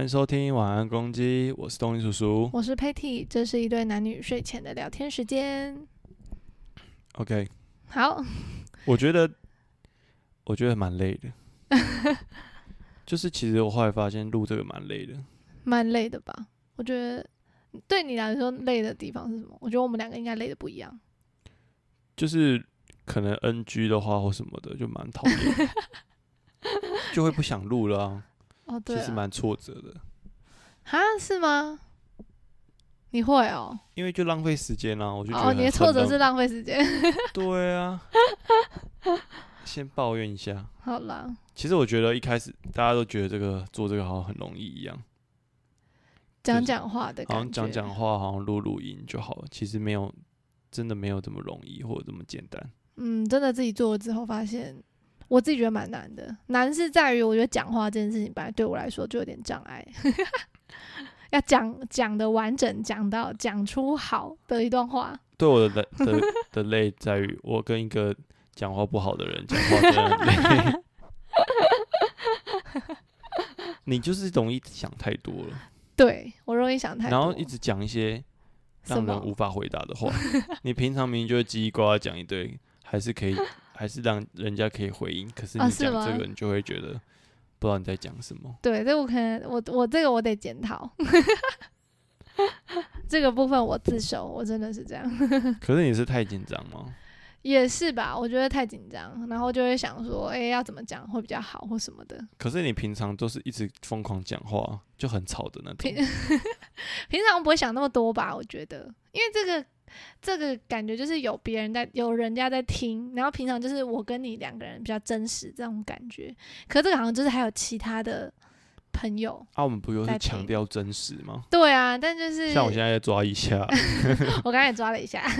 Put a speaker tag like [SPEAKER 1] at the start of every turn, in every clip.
[SPEAKER 1] 迎收听晚安公鸡，我是东尼叔叔。
[SPEAKER 2] 我是 Patty，这是一对男女睡前的聊天时间。
[SPEAKER 1] OK，
[SPEAKER 2] 好，
[SPEAKER 1] 我觉得我觉得蛮累 的，就是其实我后来发现录这个蛮累的，
[SPEAKER 2] 蛮累的吧？我觉得对你来说累的地方是什么？我觉得我们两个应该累的不一样。
[SPEAKER 1] 就是可能 NG 的话或什么的就蛮讨 厌，就会不想录了、啊，
[SPEAKER 2] 哦，对
[SPEAKER 1] 其实
[SPEAKER 2] 啊，
[SPEAKER 1] 蛮挫折的，
[SPEAKER 2] 哈，是吗？你会哦？
[SPEAKER 1] 因为就浪费时间啊啦、我就觉得
[SPEAKER 2] 哦，你的
[SPEAKER 1] 很
[SPEAKER 2] 挫折
[SPEAKER 1] 浪
[SPEAKER 2] 是浪费时间。
[SPEAKER 1] 对啊，先抱怨一下。
[SPEAKER 2] 好啦，
[SPEAKER 1] 其实我觉得一开始大家都觉得这个做这个好像很容易一样，
[SPEAKER 2] 讲
[SPEAKER 1] 是
[SPEAKER 2] 讲话的
[SPEAKER 1] 好
[SPEAKER 2] 感
[SPEAKER 1] 像
[SPEAKER 2] 觉，
[SPEAKER 1] 讲讲话，好像录录音就好了。其实没有，真的没有这么容易或者这么简单。
[SPEAKER 2] 嗯，真的自己做了之后，发现我自己觉得蛮难的。难是在于，我觉得讲话这件事情本来对我来说就有点障碍， 要讲讲的完整，讲到讲出好的一段话。
[SPEAKER 1] 对我的 累的的累在于，我跟一个讲话不好的人讲话真的很累。你就是容易想太多了，
[SPEAKER 2] 对我容易想太多，
[SPEAKER 1] 然后一直讲一些
[SPEAKER 2] 什
[SPEAKER 1] 让人
[SPEAKER 2] 么
[SPEAKER 1] 无法回答的话。你平常明明就会叽里呱啦讲一堆，还是 可以，还是让人家可以回应。可是
[SPEAKER 2] 啊
[SPEAKER 1] 你
[SPEAKER 2] 是
[SPEAKER 1] 讲
[SPEAKER 2] 吗
[SPEAKER 1] 这个，你就会觉得不知道你在讲什么。
[SPEAKER 2] 对，这我可能我我这个我得检讨， 这个部分我自首，我真的是这样，
[SPEAKER 1] 可是你是太紧张吗？
[SPEAKER 2] 也是吧？我觉得太紧张，然后就会想说，哎、要怎么讲会比较好或什么的。
[SPEAKER 1] 可是你平常都是一直疯狂讲话，就很吵的那种
[SPEAKER 2] 平。平常不会想那么多吧？我觉得，因为这个这个感觉就是有别人在，有人家在听，然后平常就是我跟你两个人比较真实这种感觉。可这个好像就是还有其他的朋友，
[SPEAKER 1] 啊，我们不就是
[SPEAKER 2] 在
[SPEAKER 1] 强
[SPEAKER 2] 听
[SPEAKER 1] 调真实吗？
[SPEAKER 2] 对啊，但就是
[SPEAKER 1] 像我现在在抓一下，
[SPEAKER 2] 我刚才也抓了一下，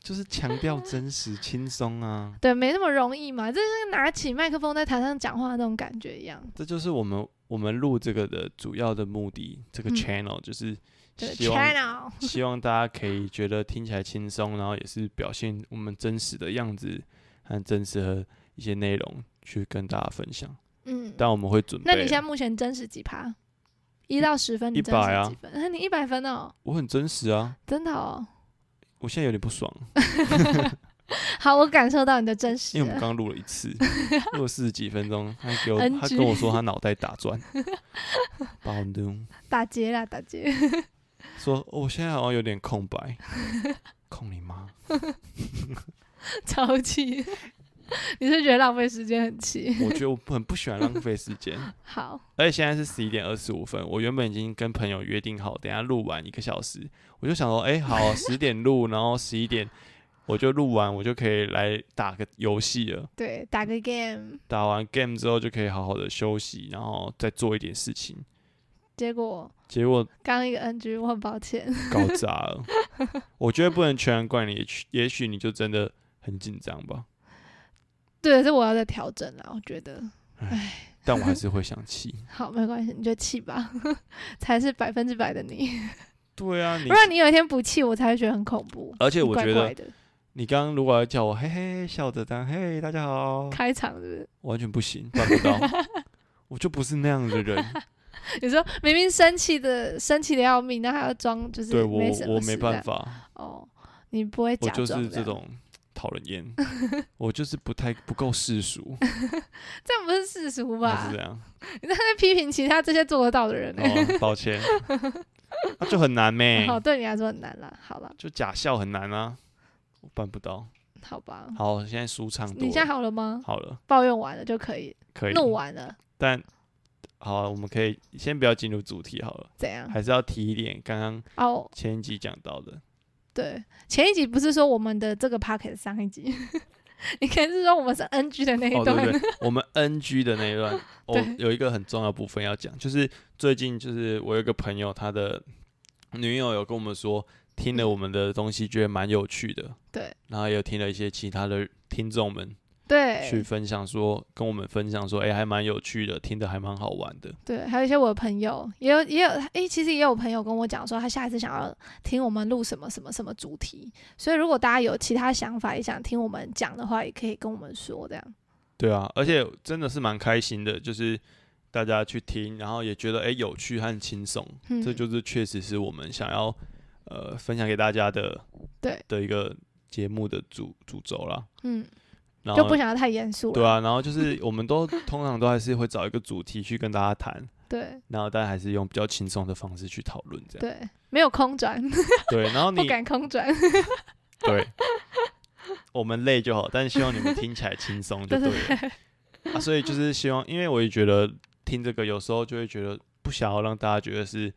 [SPEAKER 1] 就是强调真实、轻松啊，
[SPEAKER 2] 对，没那么容易嘛，这就是拿起麦克风在台上讲话的那种感觉一样。
[SPEAKER 1] 这就是我们我们录这个的主要的目的。这个
[SPEAKER 2] 嗯
[SPEAKER 1] channel 就是
[SPEAKER 2] 对
[SPEAKER 1] 希望
[SPEAKER 2] ，Channel，
[SPEAKER 1] 希望大家可以觉得听起来轻松，然后也是表现我们真实的样子和真实的一些内容去跟大家分享。
[SPEAKER 2] 嗯，
[SPEAKER 1] 但我们会准备，啊
[SPEAKER 2] 那你现在目前真实几趴？一到十分，你真
[SPEAKER 1] 100啊
[SPEAKER 2] 实几分？ 你一百分哦，
[SPEAKER 1] 我很真实啊，
[SPEAKER 2] 真的哦。
[SPEAKER 1] 我现在有点不爽。
[SPEAKER 2] 好，我感受到你的真实
[SPEAKER 1] 因为我们
[SPEAKER 2] 了。
[SPEAKER 1] 刚刚录了一次，录了四十几分钟，他给我他
[SPEAKER 2] NG
[SPEAKER 1] 跟我说他脑袋打转， 暴怒，
[SPEAKER 2] 打劫啦，打劫！
[SPEAKER 1] 说、哦我现在好像有点空白，空你妈！
[SPEAKER 2] 超气！你是觉得浪费时间很气？
[SPEAKER 1] 我觉得我很不喜欢浪费时间，
[SPEAKER 2] 好，
[SPEAKER 1] 而且现在是十一点二十五分，我原本已经跟朋友约定好，等一下录完一个小时，我就想说，哎、好，十点录，然后十一点我就录完，我就可以来打个游戏了。
[SPEAKER 2] 对，打个 game，
[SPEAKER 1] 打完 game 之后就可以好好的休息，然后再做一点事情。
[SPEAKER 2] 结果
[SPEAKER 1] 结果
[SPEAKER 2] 刚一个 NG，我很抱歉。
[SPEAKER 1] 搞砸了。 我觉得不能全然怪你，也许也许你就真的很紧张吧，
[SPEAKER 2] 对，这我要再调整啦，我觉得。
[SPEAKER 1] 但我还是会想 气。
[SPEAKER 2] 好，没关系，你就气吧， 才是百分之百的你。
[SPEAKER 1] 对啊，你
[SPEAKER 2] 不然你有一天不气，我才会觉得很恐怖。
[SPEAKER 1] 而且
[SPEAKER 2] 你
[SPEAKER 1] 我觉
[SPEAKER 2] 怪怪
[SPEAKER 1] 得
[SPEAKER 2] 的
[SPEAKER 1] 你刚刚如果要叫我嘿嘿笑着这样嘿大家好，
[SPEAKER 2] 开场是不是？
[SPEAKER 1] 完全不行，办不到。我就不是那样的人，
[SPEAKER 2] 你说明明生气的生气的要命，那还要装就是
[SPEAKER 1] 对我
[SPEAKER 2] 什
[SPEAKER 1] 我
[SPEAKER 2] 么
[SPEAKER 1] 没
[SPEAKER 2] 事这
[SPEAKER 1] 办
[SPEAKER 2] 样
[SPEAKER 1] 法，
[SPEAKER 2] 哦，你不会
[SPEAKER 1] 我
[SPEAKER 2] 假
[SPEAKER 1] 就
[SPEAKER 2] 装
[SPEAKER 1] 是这
[SPEAKER 2] 样
[SPEAKER 1] 种讨人 厌，我就是不太不够世俗，
[SPEAKER 2] 这样不是世俗吧？
[SPEAKER 1] 还是这样。
[SPEAKER 2] 你在那批评其他这些做得到的人呢、
[SPEAKER 1] 哦，抱 歉，那就很难咩，
[SPEAKER 2] 好，对你来说很难啦。好了，
[SPEAKER 1] 就假笑很难啊，我办不到。
[SPEAKER 2] 好吧。
[SPEAKER 1] 好，我现在舒畅多
[SPEAKER 2] 你现在
[SPEAKER 1] 了。
[SPEAKER 2] 好了吗？
[SPEAKER 1] 好了，
[SPEAKER 2] 抱怨完了就可以，
[SPEAKER 1] 可以。
[SPEAKER 2] 弄完了
[SPEAKER 1] 但好啊、我们可以先不要进入主题好了，
[SPEAKER 2] 怎样？
[SPEAKER 1] 还是要提一点刚刚
[SPEAKER 2] 哦，
[SPEAKER 1] 前一集讲到的。
[SPEAKER 2] 对，前一集不是说我们的这个 p o c k e t 上一集， 你可能是说我们是 NG 的那
[SPEAKER 1] 哦，对
[SPEAKER 2] 一段，
[SPEAKER 1] 对对，我们 NG 的那一段，我、
[SPEAKER 2] 对
[SPEAKER 1] 有一个很重要的部分要讲，就是最近就是我有一个朋友，他的女友有跟我们说，听了我们的东西觉得蛮有趣的，
[SPEAKER 2] 嗯对，
[SPEAKER 1] 然后也有听了一些其他的听众们
[SPEAKER 2] 对
[SPEAKER 1] 去
[SPEAKER 2] 对
[SPEAKER 1] 分享说，跟我们分享说，哎、还蛮有趣的，听的还蛮好玩的。
[SPEAKER 2] 还有一些我的朋友，也有也有，诶，其实也有朋友跟我讲说，他下一次想要听我们录什么什么什么主题，所以如果大家有其他想法也想听我们讲的话，也可以跟我们说这样。
[SPEAKER 1] 对啊，而且真的是蛮开心的，就是大家去听，然后也觉得诶有趣和轻松，
[SPEAKER 2] 嗯
[SPEAKER 1] 这就是确实是我们想要呃分享给大家的
[SPEAKER 2] 对
[SPEAKER 1] 的一个节目的主主轴啦。
[SPEAKER 2] 嗯，
[SPEAKER 1] 然
[SPEAKER 2] 就
[SPEAKER 1] 后
[SPEAKER 2] 不想要太严肃了。
[SPEAKER 1] 对啊，然后就是我们都通常都还是会找一个主题去跟大家谈，
[SPEAKER 2] 对
[SPEAKER 1] 然后但还是用比较轻松的方式去讨论这样。
[SPEAKER 2] 对，没有空转，
[SPEAKER 1] 对，然后
[SPEAKER 2] 不
[SPEAKER 1] 你
[SPEAKER 2] 敢空转。
[SPEAKER 1] 对，我们累就好，但是希望你们听起来轻松就对了。啊，所以就是希望，因为我也觉得听这个有时候就会觉得不想要让大家觉得是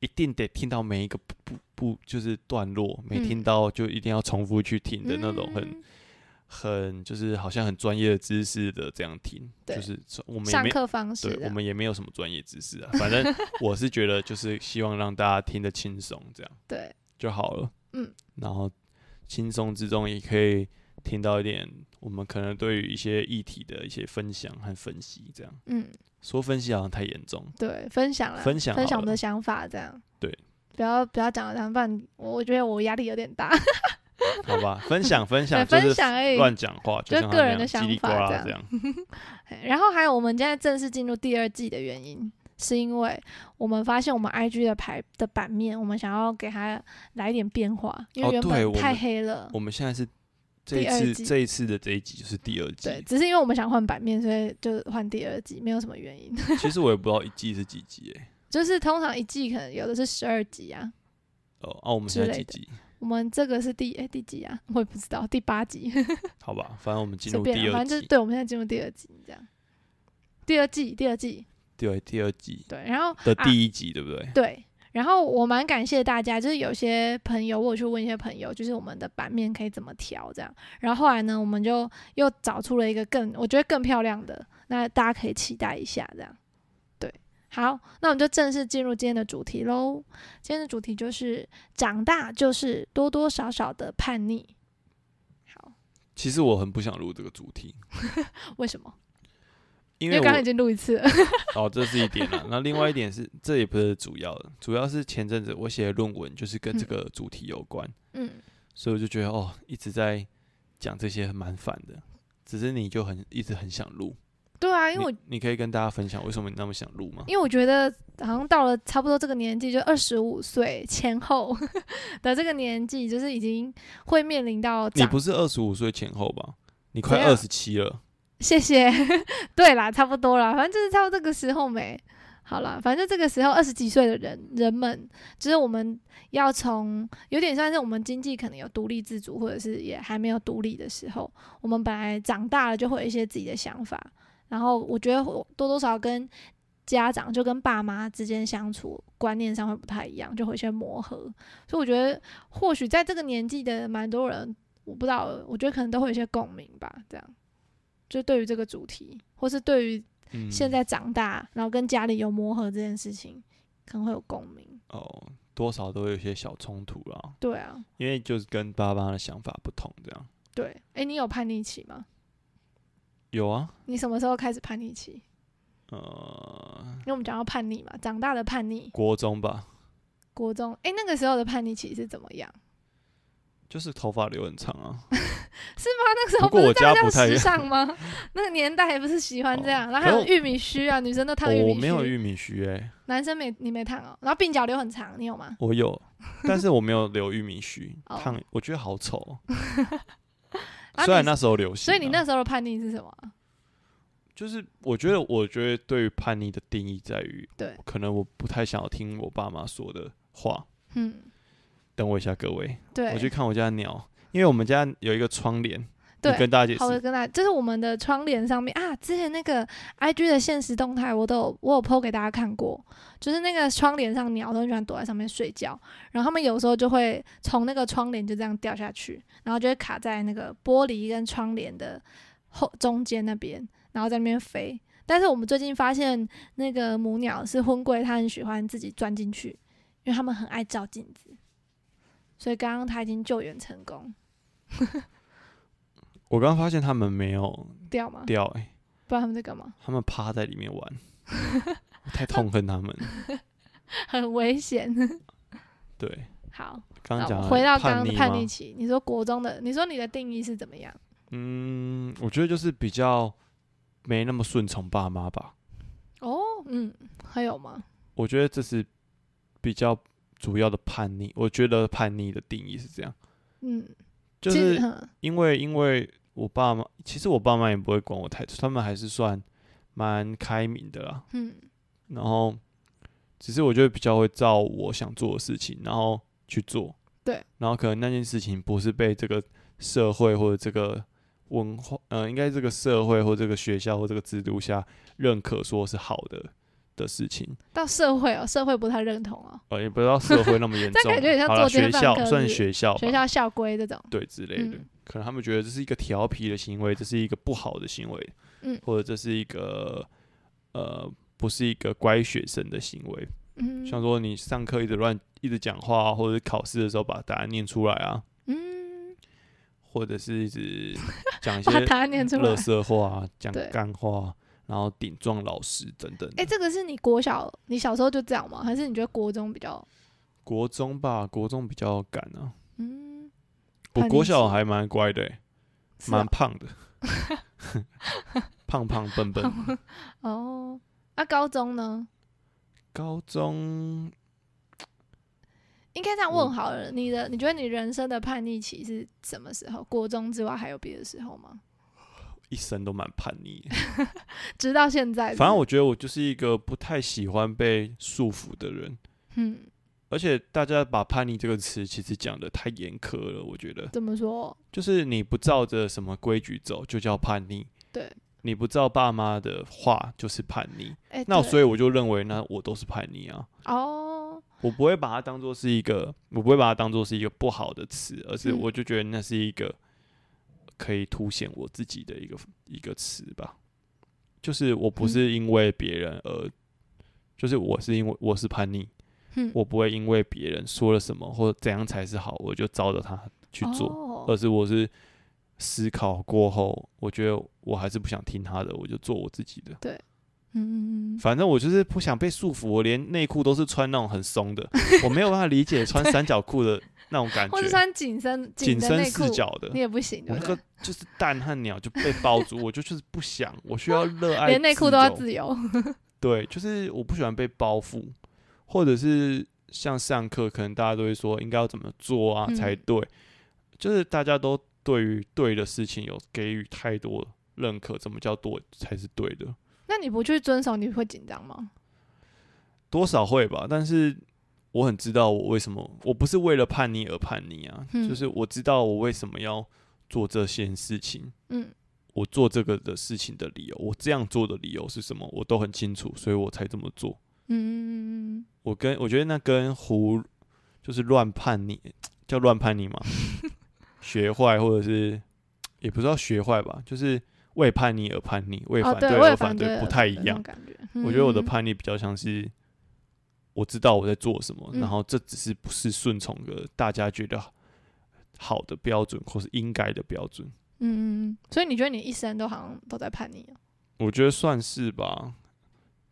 [SPEAKER 1] 一定得听到每一个不不不就是段落，没听
[SPEAKER 2] 嗯
[SPEAKER 1] 到就一定要重复去听的那种很，
[SPEAKER 2] 嗯
[SPEAKER 1] 很就是好像很专业的知识的这样听，就
[SPEAKER 2] 对
[SPEAKER 1] 是我们也
[SPEAKER 2] 上
[SPEAKER 1] 没
[SPEAKER 2] 课方式
[SPEAKER 1] 对我
[SPEAKER 2] 的，
[SPEAKER 1] 们也没有什么专业知识啊，反正我是觉得就是希望让大家听得轻松这样。
[SPEAKER 2] 对
[SPEAKER 1] 就好了。
[SPEAKER 2] 嗯，
[SPEAKER 1] 然后轻松之中也可以听到一点我们可能对于一些议题的一些分享和分析，这样
[SPEAKER 2] 嗯
[SPEAKER 1] 说分析好像太严 重。
[SPEAKER 2] 对，分享了，
[SPEAKER 1] 分享
[SPEAKER 2] 分
[SPEAKER 1] 好
[SPEAKER 2] 享我们
[SPEAKER 1] 了
[SPEAKER 2] 的想法，这样
[SPEAKER 1] 对。
[SPEAKER 2] 不要不要讲了，不然我我觉得我压力 有点大。
[SPEAKER 1] 好吧，分享分享
[SPEAKER 2] 对，
[SPEAKER 1] 就
[SPEAKER 2] 分
[SPEAKER 1] 是
[SPEAKER 2] 享而已。
[SPEAKER 1] 乱讲话，就
[SPEAKER 2] 就
[SPEAKER 1] 像他
[SPEAKER 2] 个
[SPEAKER 1] 那
[SPEAKER 2] 人的
[SPEAKER 1] 样叽
[SPEAKER 2] 想
[SPEAKER 1] 里呱
[SPEAKER 2] 法
[SPEAKER 1] 啦
[SPEAKER 2] 这
[SPEAKER 1] 这
[SPEAKER 2] 样
[SPEAKER 1] 样。
[SPEAKER 2] 嘿然后还有我们现在正式进入第二季的原因，是因为我们发现我们 IG 的排的版面，我们想要给它来一点变化，因为
[SPEAKER 1] 哦
[SPEAKER 2] 原
[SPEAKER 1] 对
[SPEAKER 2] 本
[SPEAKER 1] 我
[SPEAKER 2] 太
[SPEAKER 1] 们
[SPEAKER 2] 黑了。
[SPEAKER 1] 我们现在是这一
[SPEAKER 2] 第二
[SPEAKER 1] 次
[SPEAKER 2] 季
[SPEAKER 1] 这一次的这一集就是第二季
[SPEAKER 2] 对，，只是因为我们想换版面，所以就换第二季，没有什么原因。
[SPEAKER 1] 其实我也不知道一季是几集哎、
[SPEAKER 2] 就是通常一季可能有的是十二集啊，
[SPEAKER 1] 哦哦、啊，我们
[SPEAKER 2] 之
[SPEAKER 1] 现在几
[SPEAKER 2] 类的
[SPEAKER 1] 集？
[SPEAKER 2] 我们这个是第哎第几啊？ 我也不知道，第八集，
[SPEAKER 1] 好吧，反正我们进
[SPEAKER 2] 随
[SPEAKER 1] 入
[SPEAKER 2] 便
[SPEAKER 1] 第
[SPEAKER 2] 啊，
[SPEAKER 1] 二
[SPEAKER 2] 反正就是
[SPEAKER 1] 季，
[SPEAKER 2] 对，我们现在进入第二集这样。第二季，第二季，
[SPEAKER 1] 对，第二季
[SPEAKER 2] 对，然后
[SPEAKER 1] 的
[SPEAKER 2] 啊
[SPEAKER 1] 第一集，对不对？
[SPEAKER 2] 对，然后我蛮感谢大家，就是有些朋友，我有去问一些朋友，就是我们的版面可以怎么调这样。然后后来呢，我们就又找出了一个更我觉得更漂亮的，那大家可以期待一下这样。对，好，那我们就正式进入今天的主题喽。今天的主题就是长大就是多多少少的叛逆。好，
[SPEAKER 1] 其实我很不想录这个主题，
[SPEAKER 2] 为什么？
[SPEAKER 1] 因
[SPEAKER 2] 因
[SPEAKER 1] 为
[SPEAKER 2] 为
[SPEAKER 1] 我
[SPEAKER 2] 刚刚已经录一次了。
[SPEAKER 1] 哦，这是一点啦。那另外一点是，这也不是主要的，主要是前阵子我写的论文就是跟这
[SPEAKER 2] 嗯
[SPEAKER 1] 个主题有关，
[SPEAKER 2] 嗯，
[SPEAKER 1] 所以我就觉得哦，一直在讲这些蛮烦的。只是你就很一直很想录，
[SPEAKER 2] 对啊，因为我
[SPEAKER 1] 你你可以跟大家分享为什么你那么想录吗？
[SPEAKER 2] 因为我觉得好像到了差不多这个年纪，就二十五岁前后 的这个年纪，就是已经会面临到
[SPEAKER 1] 你
[SPEAKER 2] 长。
[SPEAKER 1] 不是二十五岁前后吧？你快
[SPEAKER 2] 怎
[SPEAKER 1] 二
[SPEAKER 2] 样
[SPEAKER 1] 十七了，
[SPEAKER 2] 谢谢， 对啦，差不多啦，反正就是差不多这个时候没。好了，反正这个时候二十几岁的人人们，就是我们要从有点算是我们经济可能有独立自主，或者是也还没有独立的时候，我们本来长大了就会有一些自己的想法，然后我觉得我多多少少跟家长就跟爸妈之间相处观念上会不太一样，就会有一些磨合，所以我觉得或许在这个年纪的蛮多人，我不知道，我觉得可能都会有一些共鸣吧，这样。就对于这个主题，或是对于
[SPEAKER 1] 嗯，
[SPEAKER 2] 现在长大，然后跟家里有磨合这件事情，可能会有共鸣。
[SPEAKER 1] 哦，多少都会有一些小冲突啦，
[SPEAKER 2] 对啊，
[SPEAKER 1] 因为就是跟爸妈的想法不同，这样
[SPEAKER 2] 对。哎，你有叛逆期吗？
[SPEAKER 1] 有啊，
[SPEAKER 2] 你什么时候开始叛逆期？
[SPEAKER 1] 呃，
[SPEAKER 2] 因为我们讲到叛逆嘛，长大的叛逆，
[SPEAKER 1] 国中吧，
[SPEAKER 2] 国中，哎，那个时候的叛逆期是怎么样？
[SPEAKER 1] 就是头发留很长啊，
[SPEAKER 2] 那个时
[SPEAKER 1] 不
[SPEAKER 2] 候
[SPEAKER 1] 过
[SPEAKER 2] 是
[SPEAKER 1] 我家
[SPEAKER 2] 大家
[SPEAKER 1] 不太哦
[SPEAKER 2] 时尚吗？ 那个年代不是喜欢这样，然后还
[SPEAKER 1] 可
[SPEAKER 2] 有玉米须啊，女生都 烫玉
[SPEAKER 1] 哦我我
[SPEAKER 2] 米须，
[SPEAKER 1] 没有玉米须哎、
[SPEAKER 2] 男生没你没烫哦。然后鬓角留很长，你有吗？
[SPEAKER 1] 我 有，但是我没有留玉米须，
[SPEAKER 2] 哦
[SPEAKER 1] 烫、我觉得好丑 哦。
[SPEAKER 2] 啊
[SPEAKER 1] 虽然
[SPEAKER 2] 你
[SPEAKER 1] 那时候流行啊、
[SPEAKER 2] 所以你那时候的叛逆是什么？啊
[SPEAKER 1] 就是我觉得，我觉得对于叛逆的定义在于，
[SPEAKER 2] 对，
[SPEAKER 1] 可能我不太想要听我爸妈说的话。
[SPEAKER 2] 嗯，
[SPEAKER 1] 等我一下，各位，
[SPEAKER 2] 对，
[SPEAKER 1] 我去看我家的鸟，因为我们家有一个窗帘，你
[SPEAKER 2] 对，
[SPEAKER 1] 跟大家解
[SPEAKER 2] 好，我
[SPEAKER 1] 释。
[SPEAKER 2] 跟大家，就是我们的窗帘上面啊，之前那个 I G 的现实动态，我都有我有 PO 给大家看过，就是那个窗帘上鸟都很喜欢躲在上面睡觉，然后他们有时候就会从那个窗帘就这样掉下去，然后就会卡在那个玻璃跟窗帘的后中间那边，然后在那边飞。但是我们最近发现，那个母鸟是婚贵，它很喜欢自己钻进去，因为它们很爱照镜子，所以刚刚它已经救援成功，
[SPEAKER 1] 我刚刚发现他们没有
[SPEAKER 2] 掉吗？
[SPEAKER 1] 掉、欸，
[SPEAKER 2] 不然它们在干嘛？
[SPEAKER 1] 他们趴在里面 玩，我太痛恨他们了。
[SPEAKER 2] 很危险。
[SPEAKER 1] 对，
[SPEAKER 2] 好，
[SPEAKER 1] 刚
[SPEAKER 2] 那
[SPEAKER 1] 刚
[SPEAKER 2] 我
[SPEAKER 1] 讲
[SPEAKER 2] 们回到刚刚
[SPEAKER 1] 叛
[SPEAKER 2] 的
[SPEAKER 1] 逆
[SPEAKER 2] 叛
[SPEAKER 1] 吗
[SPEAKER 2] 逆期，你说国中的，你说你的定义是怎么样？
[SPEAKER 1] 嗯，我觉得就是比较没那么顺从爸妈吧。
[SPEAKER 2] 哦，哦，嗯，还有吗？
[SPEAKER 1] 我觉得这是比较主要的叛逆。我觉得叛逆的定义是这样，
[SPEAKER 2] 嗯，
[SPEAKER 1] 就
[SPEAKER 2] 其实
[SPEAKER 1] 是
[SPEAKER 2] 嗯
[SPEAKER 1] 因为因为我爸妈，其实我爸妈也不会管我太多，他们还是算蛮开明的啦。
[SPEAKER 2] 嗯
[SPEAKER 1] 然后，只是我就会比较会照我想做的事情，然后去做。
[SPEAKER 2] 对。
[SPEAKER 1] 然后可能那件事情不是被这个社会或者这个文化，呃，应该这个社会或这个学校或这个制度下认可说是好的的事情，
[SPEAKER 2] 到社会哦，社会不太认同哦，
[SPEAKER 1] 呃，也不知道社会那么严 重。
[SPEAKER 2] 这感觉也像
[SPEAKER 1] 好啦
[SPEAKER 2] 作奸
[SPEAKER 1] 学
[SPEAKER 2] 犯
[SPEAKER 1] 校
[SPEAKER 2] 科
[SPEAKER 1] 算
[SPEAKER 2] 是
[SPEAKER 1] 学校吧，
[SPEAKER 2] 学校校规这种，
[SPEAKER 1] 对之类的，
[SPEAKER 2] 嗯
[SPEAKER 1] 可能他们觉得这是一个调皮的行为，这是一个不好的行为，
[SPEAKER 2] 嗯
[SPEAKER 1] 或者这是一个呃不是一个乖学生的行为，
[SPEAKER 2] 嗯
[SPEAKER 1] 像说你上课一直乱一直讲话、啊，或者是考试的时候把答案念出来啊，
[SPEAKER 2] 嗯，
[SPEAKER 1] 或者是一 直讲一些
[SPEAKER 2] 把答案念出来
[SPEAKER 1] 垃。圾话、啊、讲
[SPEAKER 2] 对
[SPEAKER 1] 干话啊，然后顶撞老师等等的。
[SPEAKER 2] 哎、这个是你国小，你小时候就这样吗？还是你觉得国中比较？
[SPEAKER 1] 国中吧，国中比较敢啊，
[SPEAKER 2] 嗯，
[SPEAKER 1] 我
[SPEAKER 2] 叛逆
[SPEAKER 1] 国小
[SPEAKER 2] 期
[SPEAKER 1] 还蛮乖的、欸，
[SPEAKER 2] 是
[SPEAKER 1] 蛮
[SPEAKER 2] 啊
[SPEAKER 1] 胖 的，胖胖笨笨。
[SPEAKER 2] 哦，那、高中呢？
[SPEAKER 1] 高中
[SPEAKER 2] 应该这样
[SPEAKER 1] 我
[SPEAKER 2] 问好了。你的，你觉得你人生的叛逆期是什么时候？国中之外还有别的时候吗？
[SPEAKER 1] 一生都蛮叛逆的，
[SPEAKER 2] 直到现在是不
[SPEAKER 1] 反
[SPEAKER 2] 是
[SPEAKER 1] 正我觉得我就是一个不太喜欢被束缚的人，
[SPEAKER 2] 嗯，
[SPEAKER 1] 而且大家把“叛逆”这个词其实讲的太严苛了，我觉得
[SPEAKER 2] 怎么说？
[SPEAKER 1] 就是你不照着什么规矩走就叫叛逆，
[SPEAKER 2] 对，
[SPEAKER 1] 你不照爸妈的话就是叛逆，
[SPEAKER 2] 哎、
[SPEAKER 1] 那我
[SPEAKER 2] 对
[SPEAKER 1] 所以我就认为那我都是叛逆啊，
[SPEAKER 2] 哦，
[SPEAKER 1] 我不会把它当做是一个，我不会把它当做是一个不好的词，而是
[SPEAKER 2] 嗯
[SPEAKER 1] 我就觉得那是一个可以凸显我自己的一个一个词吧。就是我不
[SPEAKER 2] 嗯
[SPEAKER 1] 是因为别人而，就是我是因为我是叛逆，
[SPEAKER 2] 嗯，
[SPEAKER 1] 我不会因为别人说了什么或怎样才是好，我就照着他去做，呃
[SPEAKER 2] 哦
[SPEAKER 1] 而是我是思考过后，我觉得我还是不想听他的，我就做我自己的。
[SPEAKER 2] 嗯，嗯嗯
[SPEAKER 1] 反正我就是不想被束缚，我连内裤都是穿那种很松 的，我没有办法理解穿三角裤的那种感
[SPEAKER 2] 或者
[SPEAKER 1] 觉，
[SPEAKER 2] 穿紧身
[SPEAKER 1] 紧
[SPEAKER 2] 的
[SPEAKER 1] 身
[SPEAKER 2] 内裤
[SPEAKER 1] 四，角的
[SPEAKER 2] 你，也不行，对
[SPEAKER 1] 我
[SPEAKER 2] 不
[SPEAKER 1] 那
[SPEAKER 2] 对
[SPEAKER 1] 个？就是蛋和鸟就被包住，我就就是不想，我需要 热爱，
[SPEAKER 2] 连内裤都要，自由，
[SPEAKER 1] 对，就是我不喜欢被包覆，或者是像上课可能大家都会说应该要怎么做啊
[SPEAKER 2] 嗯
[SPEAKER 1] 才对，就是大家都对于对的事情有给予太多认可，怎么叫多才是对的，
[SPEAKER 2] 那你不去遵守，你会紧张吗？
[SPEAKER 1] 多少会吧，但是我很知道我为什么，我不是为了叛逆而叛逆啊，
[SPEAKER 2] 嗯
[SPEAKER 1] 就是我知道我为什么要做这件事情，
[SPEAKER 2] 嗯，
[SPEAKER 1] 我做这个的事情的理由，我这样做的理由是什么，我都很清楚，所以我才这么做。
[SPEAKER 2] 嗯，
[SPEAKER 1] 我跟我觉得那跟胡就是乱叛逆，叫乱叛逆嘛，
[SPEAKER 2] 嗯
[SPEAKER 1] 学坏或者是也不知道学坏吧，就是为叛逆而叛逆，为
[SPEAKER 2] 哦，
[SPEAKER 1] 反对
[SPEAKER 2] 我
[SPEAKER 1] 而
[SPEAKER 2] 也
[SPEAKER 1] 反
[SPEAKER 2] 对，
[SPEAKER 1] 不太一样。
[SPEAKER 2] 感觉。
[SPEAKER 1] 我觉得我的
[SPEAKER 2] 嗯，
[SPEAKER 1] 叛逆比较像是，我知道我在做什么，
[SPEAKER 2] 嗯
[SPEAKER 1] 然后这只是不是顺从个大家觉得好的标准或是应该的标准，
[SPEAKER 2] 嗯嗯嗯，所以你觉得你一生都好像都在叛逆哦？
[SPEAKER 1] 我觉得算是吧。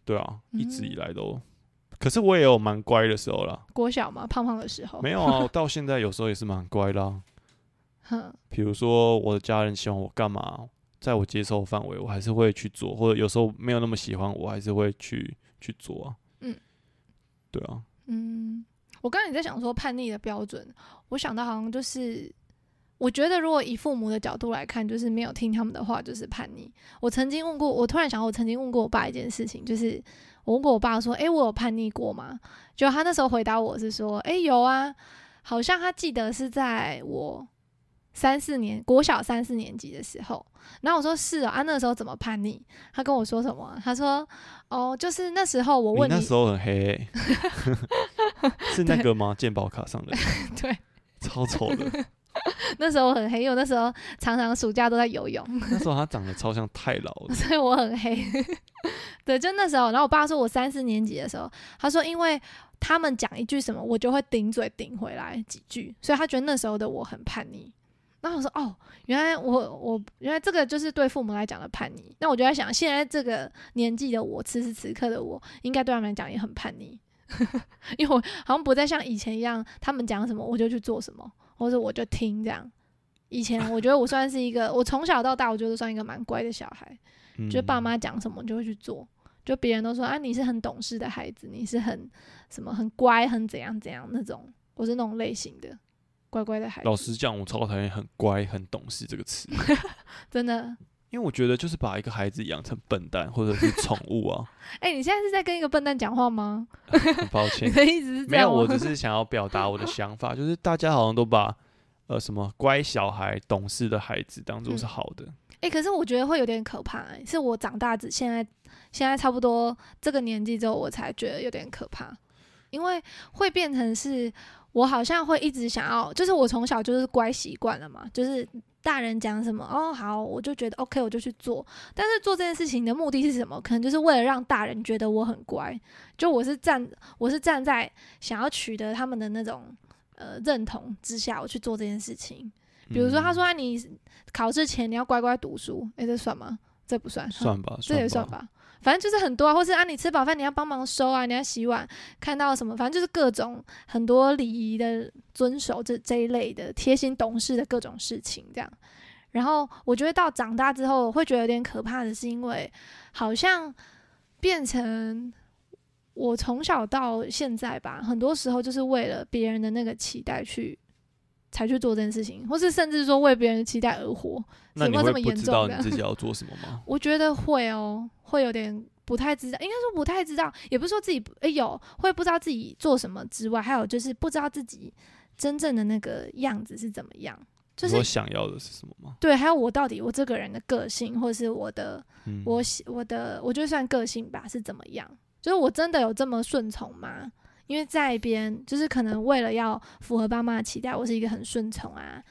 [SPEAKER 1] 对啊，一直
[SPEAKER 2] 嗯
[SPEAKER 1] 以来都，可是我也有蛮乖的时候啦。
[SPEAKER 2] 国小嘛，胖胖的时候，
[SPEAKER 1] 没有啊，我到现在有时候也是蛮乖啊啦。
[SPEAKER 2] 哼，
[SPEAKER 1] 比如说我的家人喜欢我干嘛，在我接受范围，我还是会去做，或者有时候没有那么喜欢，我还是会去去做啊。
[SPEAKER 2] 嗯，
[SPEAKER 1] 对啊，
[SPEAKER 2] 嗯，我刚才也在想说叛逆的标准，我想到好像就是，我觉得如果以父母的角度来看，就是没有听他们的话就是叛逆。我曾经问过，我突然想，到，我曾经问过我爸一件事情，就是我问过我爸说：“诶，我有叛逆过吗？”就他那时候回答我是说：“诶，有啊，好像他记得是在我三四年国小三四年级的时候。”然后我说：“是哦，啊，那时候怎么叛逆？”他跟我说什么啊？他说：“哦，就是那时候我
[SPEAKER 1] 你
[SPEAKER 2] 问
[SPEAKER 1] 那时候很黑 欸、是那个吗？鉴宝卡上的，
[SPEAKER 2] 对，
[SPEAKER 1] 超丑的。
[SPEAKER 2] 那时候我很黑，因为我那时候常常暑假都在游泳，
[SPEAKER 1] 那时候他长得超像太老 了，
[SPEAKER 2] 所以我很黑。对，就那时候，然后我爸说我三四年级的时候，他说因为他们讲一句什么，我就会顶嘴顶回来几句，所以他觉得那时候的我很叛逆。然后我说哦，原来我我原来这个就是对父母来讲的叛逆。那我就在想，现在这个年纪的我，此时此刻的我，应该对他们来讲也很叛逆， 因为我好像不再像以前一样，他们讲什么我就去做什么，或者我就听这样。以前我觉得我算是一个，我从小到大我觉得算一个蛮乖的小孩，
[SPEAKER 1] 嗯、
[SPEAKER 2] 就是爸妈讲什么就会去做。就别人都说啊，你是很懂事的孩子，你是很什么很乖，很怎样怎样那种，我是那种类型的乖乖的孩
[SPEAKER 1] 老
[SPEAKER 2] 子，
[SPEAKER 1] 实讲，我超讨厌“很乖”“很懂事”这个词，
[SPEAKER 2] 真的。
[SPEAKER 1] 因为我觉得就是把一个孩子养成笨蛋或者是宠物啊。
[SPEAKER 2] 哎、你现在是在跟一个笨蛋讲话吗？
[SPEAKER 1] 很抱
[SPEAKER 2] 你
[SPEAKER 1] 歉，
[SPEAKER 2] 的意思是这
[SPEAKER 1] 没
[SPEAKER 2] 样
[SPEAKER 1] 有，
[SPEAKER 2] 吗？
[SPEAKER 1] 我只是想要表达我 的想法，就是大家好像都把呃什么乖小孩、懂事的孩子当做是
[SPEAKER 2] 嗯
[SPEAKER 1] 好的，
[SPEAKER 2] 哎、可是我觉得会有点可怕、欸，是我长大之现在现在差不多这个年纪之后，我才觉得有点可怕，因为会变成是我好像会一直想要，就是我从小就是乖习惯了嘛，就是大人讲什么哦好，我就觉得 OK，我就去做，但是做这件事情的目的是什么？可能就是为了让大人觉得我很乖，就我是站我是站在想要取得他们的那种呃认同之下，我去做这件事情。比如
[SPEAKER 1] 嗯
[SPEAKER 2] 说，他说、啊、你考试前你要乖乖读书，诶，这算吗？这不算，哈
[SPEAKER 1] 算吧，
[SPEAKER 2] 这也算
[SPEAKER 1] 算，
[SPEAKER 2] 吧。反正就是很多啊，或是啊，你吃饱饭你要帮忙收啊，你要洗碗，看到什么，反正就是各种很多礼仪的遵守这这一类的贴心懂事的各种事情这样。然后我觉得到长大之后，我会觉得有点可怕的是，因为好像变成我从小到现在吧，很多时候就是为了别人的那个期待去才去做这件事情，或是甚至说为别人的期待而活。
[SPEAKER 1] 那
[SPEAKER 2] 怎
[SPEAKER 1] 你
[SPEAKER 2] 么这
[SPEAKER 1] 会
[SPEAKER 2] 么
[SPEAKER 1] 不
[SPEAKER 2] 严
[SPEAKER 1] 知
[SPEAKER 2] 重
[SPEAKER 1] 道你
[SPEAKER 2] 的
[SPEAKER 1] 自己要做什么吗？
[SPEAKER 2] 我觉得会哦，会有点不太知道，应该说不太知道，也不是说自己不诶有会不知道自己做什么之外，还有就是不知道自己真正的那个样子是怎么样，就
[SPEAKER 1] 我
[SPEAKER 2] 是
[SPEAKER 1] 想要的是什么吗？
[SPEAKER 2] 对，还有我到底我这个人的个性，或者是我的
[SPEAKER 1] 嗯，
[SPEAKER 2] 我喜我的，我觉得算个性吧，是怎么样？就是我真的有这么顺从吗？因为在别人就是可能为了要符合爸妈的期待，我是一个很顺从啊、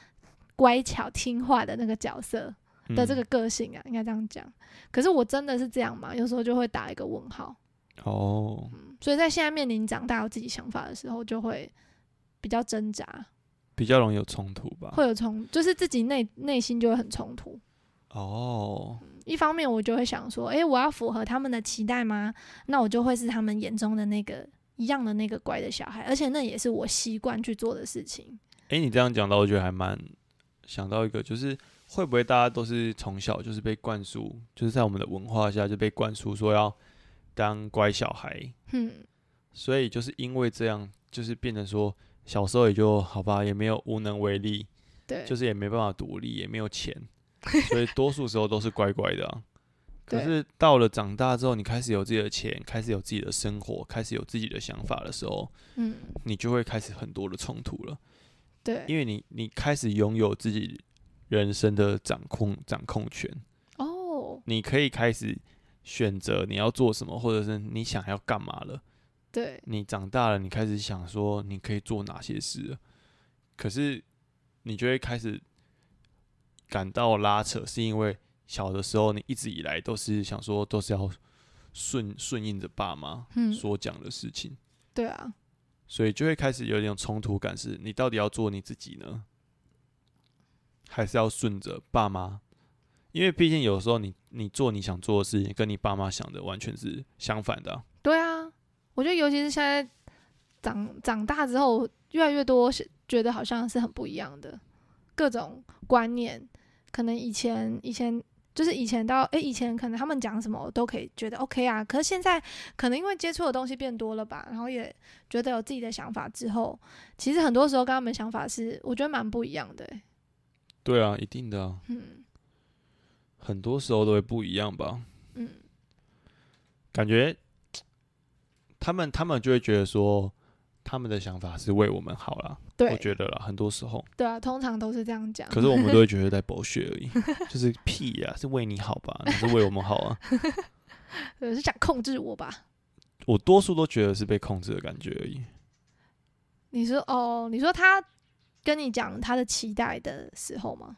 [SPEAKER 2] 乖巧听话的那个角色，的
[SPEAKER 1] 嗯
[SPEAKER 2] 这个个性啊，应该这样讲。可是我真的是这样吗？有时候就会打一个问号。嗯
[SPEAKER 1] 哦，
[SPEAKER 2] 所以在现在面临长大有自己想法的时候，就会比较挣扎，
[SPEAKER 1] 比较容易有冲突吧？
[SPEAKER 2] 会有冲，就是自己内内心就会很冲突。
[SPEAKER 1] 哦，
[SPEAKER 2] 一方面我就会想说，诶、我要符合他们的期待吗？那我就会是他们眼中的那个一样的那个乖的小孩，而且那也是我习惯去做的事情。
[SPEAKER 1] 诶，你这样讲到，我觉得还蛮想到一个，就是会不会大家都是从小就是被灌输，就是在我们的文化下就被灌输说要当乖小孩，
[SPEAKER 2] 嗯，
[SPEAKER 1] 所以就是因为这样，就是变成说小时候也就好吧，也没有无能为力，
[SPEAKER 2] 对，
[SPEAKER 1] 就是也没办法独立，也没有 钱，所以多数时候都是乖乖的、啊。可
[SPEAKER 2] 对
[SPEAKER 1] 是到了长大之后，你开始有自己的钱，开始有自己的生活，开始有自己的想法的时候，
[SPEAKER 2] 嗯，
[SPEAKER 1] 你就会开始很多的冲突了。
[SPEAKER 2] 对。
[SPEAKER 1] 因为你你开始拥有自己人生的掌控掌控权，
[SPEAKER 2] 哦，
[SPEAKER 1] 你可以开始选择你要做什么，或者是你想要干嘛了。
[SPEAKER 2] 对，
[SPEAKER 1] 你长大了，你开始想说你可以做哪些事了，可是你就会开始感到拉扯，是因为小的时候你一直以来都是想说都是要顺顺应着爸妈
[SPEAKER 2] 嗯，
[SPEAKER 1] 所讲的事情，
[SPEAKER 2] 对啊，
[SPEAKER 1] 所以就会开始有点冲突感是，你到底要做你自己呢，还是要顺着爸妈？因为毕竟有时候你你做你想做的事情，跟你爸妈想的完全是相反的啊、
[SPEAKER 2] 对啊，我觉得尤其是现在长长大之后，越来越多是觉得好像是很不一样的各种观念。可能以前以前就是以前到诶，以前可能他们讲什么我都可以觉得 OK 啊，可是现在可能因为接触的东西变多了吧，然后也觉得有自己的想法之后，其实很多时候跟他们想法是我觉得蛮不一样的欸、
[SPEAKER 1] 对啊，一定的啊、
[SPEAKER 2] 嗯
[SPEAKER 1] 很多时候都会不一样吧。
[SPEAKER 2] 嗯，
[SPEAKER 1] 感觉他们他们就会觉得说，他们的想法是为我们好啦。我
[SPEAKER 2] 对
[SPEAKER 1] 觉得啦，很多时候，
[SPEAKER 2] 对啊，通常都是这样讲。
[SPEAKER 1] 可是我们都会觉得在剥削而已， 就是屁呀、是为你好吧？你是为我们好 啊？
[SPEAKER 2] 对呃是想控制我吧？
[SPEAKER 1] 我多数都觉得是被控制的感觉而已。
[SPEAKER 2] 你说哦，你说他跟你讲他的期待的时候吗？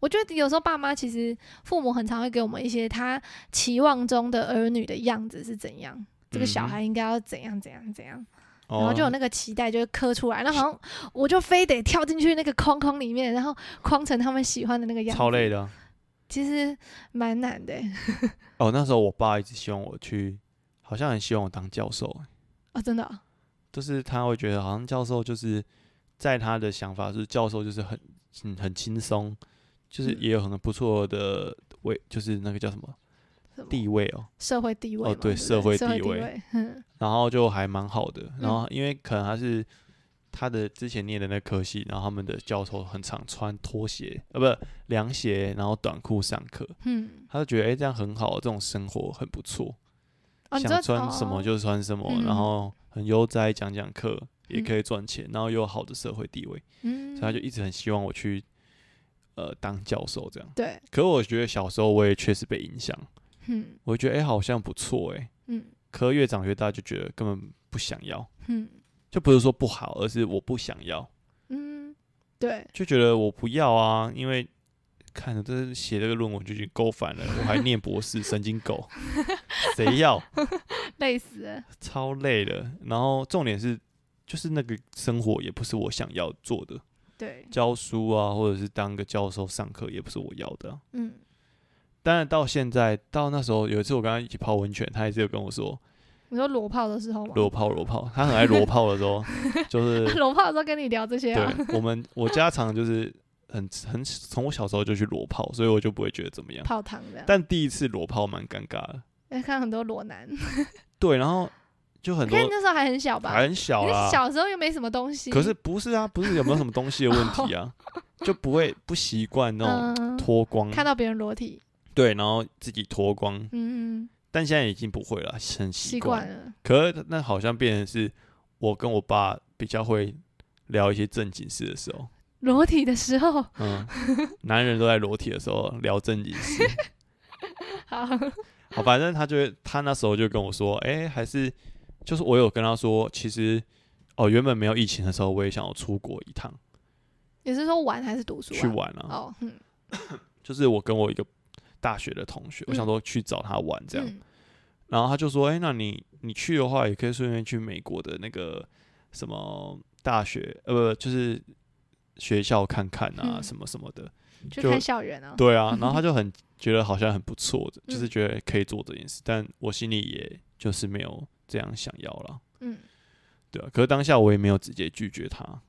[SPEAKER 2] 我觉得有时候爸妈其实父母很常会给我们一些他期望中的儿女的样子是怎样，这个小
[SPEAKER 1] 嗯哼
[SPEAKER 2] 孩应该要怎样怎样怎样，
[SPEAKER 1] 哦
[SPEAKER 2] 然后就有那个期待就会刻出来，那好像我就非得跳进去那个框框里面，然后框成他们喜欢的那个样子，
[SPEAKER 1] 超累，的啊、
[SPEAKER 2] 其实蛮难的欸
[SPEAKER 1] 哦，那时候我爸一直希望我去，好像很希望我当教授、欸，
[SPEAKER 2] 哦，真的哦、
[SPEAKER 1] 就是他会觉得好像教授就是在他的想法是教授就是很嗯很轻松，就是
[SPEAKER 2] 嗯
[SPEAKER 1] 也有很不错的为就是那个叫什么
[SPEAKER 2] 什么
[SPEAKER 1] 地位哦，
[SPEAKER 2] 社会地位
[SPEAKER 1] 哦
[SPEAKER 2] 嘛
[SPEAKER 1] 对
[SPEAKER 2] 不
[SPEAKER 1] 社会
[SPEAKER 2] 社会
[SPEAKER 1] 地
[SPEAKER 2] 地
[SPEAKER 1] 位
[SPEAKER 2] 位，嗯
[SPEAKER 1] 然后就还蛮好的。然
[SPEAKER 2] 嗯
[SPEAKER 1] 后因为可能他是他的之前念的那科系，然后他们的教授很常穿拖鞋，呃，不凉鞋，然后短裤上课，
[SPEAKER 2] 嗯，
[SPEAKER 1] 他就觉得哎、诶这样很好，这种生活很不错，
[SPEAKER 2] 哦，你
[SPEAKER 1] 想
[SPEAKER 2] 说
[SPEAKER 1] 穿什么
[SPEAKER 2] 哦
[SPEAKER 1] 就穿什么，
[SPEAKER 2] 嗯嗯嗯
[SPEAKER 1] 然后很悠哉，讲讲课也可以赚钱，然后又有好的社会地位，
[SPEAKER 2] 嗯，
[SPEAKER 1] 所以他就一直很希望我去呃当教授这样。
[SPEAKER 2] 对，
[SPEAKER 1] 可我觉得小时候我也确实被影响，
[SPEAKER 2] 嗯
[SPEAKER 1] 我觉得哎、诶好像不错哎、
[SPEAKER 2] 嗯
[SPEAKER 1] 可越长越大就觉得根本不想要，
[SPEAKER 2] 嗯
[SPEAKER 1] 就不是说不好，而是我不想要，
[SPEAKER 2] 嗯，对，
[SPEAKER 1] 就觉得我不要啊，因为看了这写这个论文就已经够烦了，我还念博士， 神经狗，谁要？
[SPEAKER 2] 累死了，
[SPEAKER 1] 超累的。然后重点是，就是那个生活也不是我想要做的，
[SPEAKER 2] 对，
[SPEAKER 1] 教书啊，或者是当个教授上课也不是我要的啊、
[SPEAKER 2] 嗯
[SPEAKER 1] 当然到现在，到那时候有一次我跟他一起泡温泉，他也是有跟我说
[SPEAKER 2] 你说裸泡的时候吗？
[SPEAKER 1] 裸泡裸泡，他很爱裸泡的时候，就是
[SPEAKER 2] 裸泡的时候跟你聊这些啊，
[SPEAKER 1] 对我们我家常就是很很从我小时候就去裸泡，所以我就不会觉得怎么样。
[SPEAKER 2] 泡汤这样，
[SPEAKER 1] 但第一次裸泡蛮尴尬的，
[SPEAKER 2] 哎看很多裸男，你
[SPEAKER 1] 对，然后就很多
[SPEAKER 2] 看那时候还很小吧，
[SPEAKER 1] 还很小
[SPEAKER 2] 因为
[SPEAKER 1] 啦，
[SPEAKER 2] 小时候又没什么东西，
[SPEAKER 1] 可是不是啊，不是有没有什么东西的问题 啊，就不会不习惯那种
[SPEAKER 2] 嗯，
[SPEAKER 1] 脱光，
[SPEAKER 2] 看到别人裸体，
[SPEAKER 1] 对，然后自己脱光，
[SPEAKER 2] 嗯，嗯
[SPEAKER 1] 但现在已经不会了，很习
[SPEAKER 2] 习
[SPEAKER 1] 惯
[SPEAKER 2] 惯。了，
[SPEAKER 1] 可是那好像变成是我跟我爸比较会聊一些正经事的时候，
[SPEAKER 2] 裸体的时候，
[SPEAKER 1] 嗯，男人都在裸体的时候聊正经事，
[SPEAKER 2] 好，
[SPEAKER 1] 好，反正他就会他那时候就跟我说，哎、还是就是我有跟他说，其实哦，原本没有疫情的时候，我也想要出国一趟
[SPEAKER 2] 你是说玩还是读书啊？
[SPEAKER 1] 去玩啊，
[SPEAKER 2] 哦，嗯，
[SPEAKER 1] 就是我跟我一个大学的同学，我想说去找他玩这样，
[SPEAKER 2] 嗯
[SPEAKER 1] 然后他就说，哎、那你你去的话，也可以顺便去美国的那个什么大学，呃，不就是学校看看啊，
[SPEAKER 2] 嗯
[SPEAKER 1] 什么什么的。
[SPEAKER 2] 去
[SPEAKER 1] 就
[SPEAKER 2] 看校园啊，
[SPEAKER 1] 对啊，然后他就很觉得好像很不错的，
[SPEAKER 2] 嗯
[SPEAKER 1] 就是觉得可以做这件事，但我心里也就是没有这样想要了，
[SPEAKER 2] 嗯，
[SPEAKER 1] 对啊。可是当下我也没有直接拒绝他，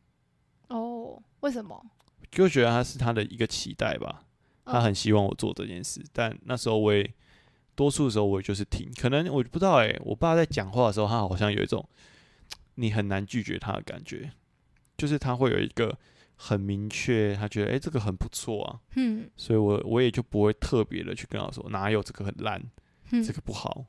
[SPEAKER 2] 哦，为什么？
[SPEAKER 1] 就觉得他是他的一个期待吧，他
[SPEAKER 2] 嗯
[SPEAKER 1] 很希望我做这件事，但那时候我也多数时候我就是听，可能我不知道哎、我爸在讲话的时候，他好像有一种你很难拒绝他的感觉，就是他会有一个很明确，他觉得哎、诶这个很不错啊，
[SPEAKER 2] 嗯
[SPEAKER 1] 所以我我也就不会特别的去跟他说哪有这个很烂，
[SPEAKER 2] 嗯
[SPEAKER 1] 这，个不好，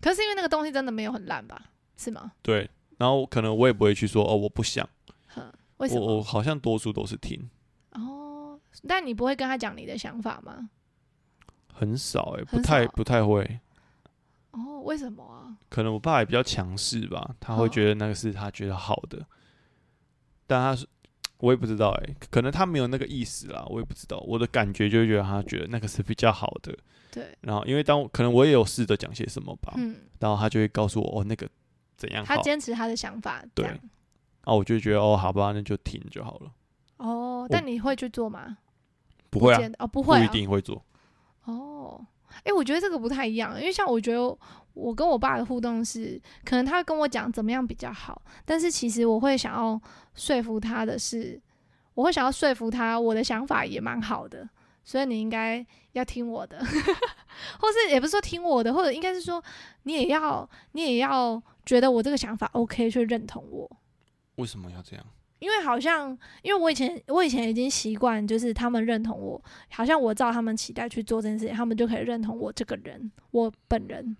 [SPEAKER 2] 可是因为那个东西真的没有很烂吧？是吗？
[SPEAKER 1] 对，然后可能我也不会去说哦我不想，
[SPEAKER 2] 哼，为什
[SPEAKER 1] 我我
[SPEAKER 2] 么？
[SPEAKER 1] 好像多数都是听，
[SPEAKER 2] 哦，但你不会跟他讲你的想法吗？
[SPEAKER 1] 很少哎、不
[SPEAKER 2] 很
[SPEAKER 1] 太
[SPEAKER 2] 少
[SPEAKER 1] 不太会。
[SPEAKER 2] 哦，为什么啊？
[SPEAKER 1] 可能我爸也比较强势吧，他会
[SPEAKER 2] 哦
[SPEAKER 1] 觉得那个是他觉得好的，但他是我也不知道哎、可能他没有那个意思啦，我也不知道。我的感觉就是觉得他觉得那个是比较好的，
[SPEAKER 2] 对，
[SPEAKER 1] 然后因为当我可能我也有试着讲些什么吧，
[SPEAKER 2] 嗯，
[SPEAKER 1] 然后他就会告诉我哦那个怎样好，
[SPEAKER 2] 他
[SPEAKER 1] 哦然
[SPEAKER 2] 坚持他的想法，
[SPEAKER 1] 对
[SPEAKER 2] 这样。
[SPEAKER 1] 后我就觉得哦好吧，那就听就好了，
[SPEAKER 2] 哦，但你会去做吗？
[SPEAKER 1] 不会啊，
[SPEAKER 2] 见哦，不
[SPEAKER 1] 不
[SPEAKER 2] 会
[SPEAKER 1] 一
[SPEAKER 2] 啊。
[SPEAKER 1] 定会做，
[SPEAKER 2] 哦，哎，我觉得这个不太一样，因为像我觉得我跟我爸的互动是，可能他会跟我讲怎么样比较好，但是其实我会想要说服他的是，我会想要说服他，我的想法也蛮好的，所以你应该要听我的， 或是也不是说听我的，或者应该是说你也要你也要觉得我这个想法 OK 去认同我，
[SPEAKER 1] 为什么要这样？
[SPEAKER 2] 因为好像，因为我以前我以前已经习惯，就是他们认同我，好像我照他们期待去做这件事情，他们就可以认同我这个人，我本人。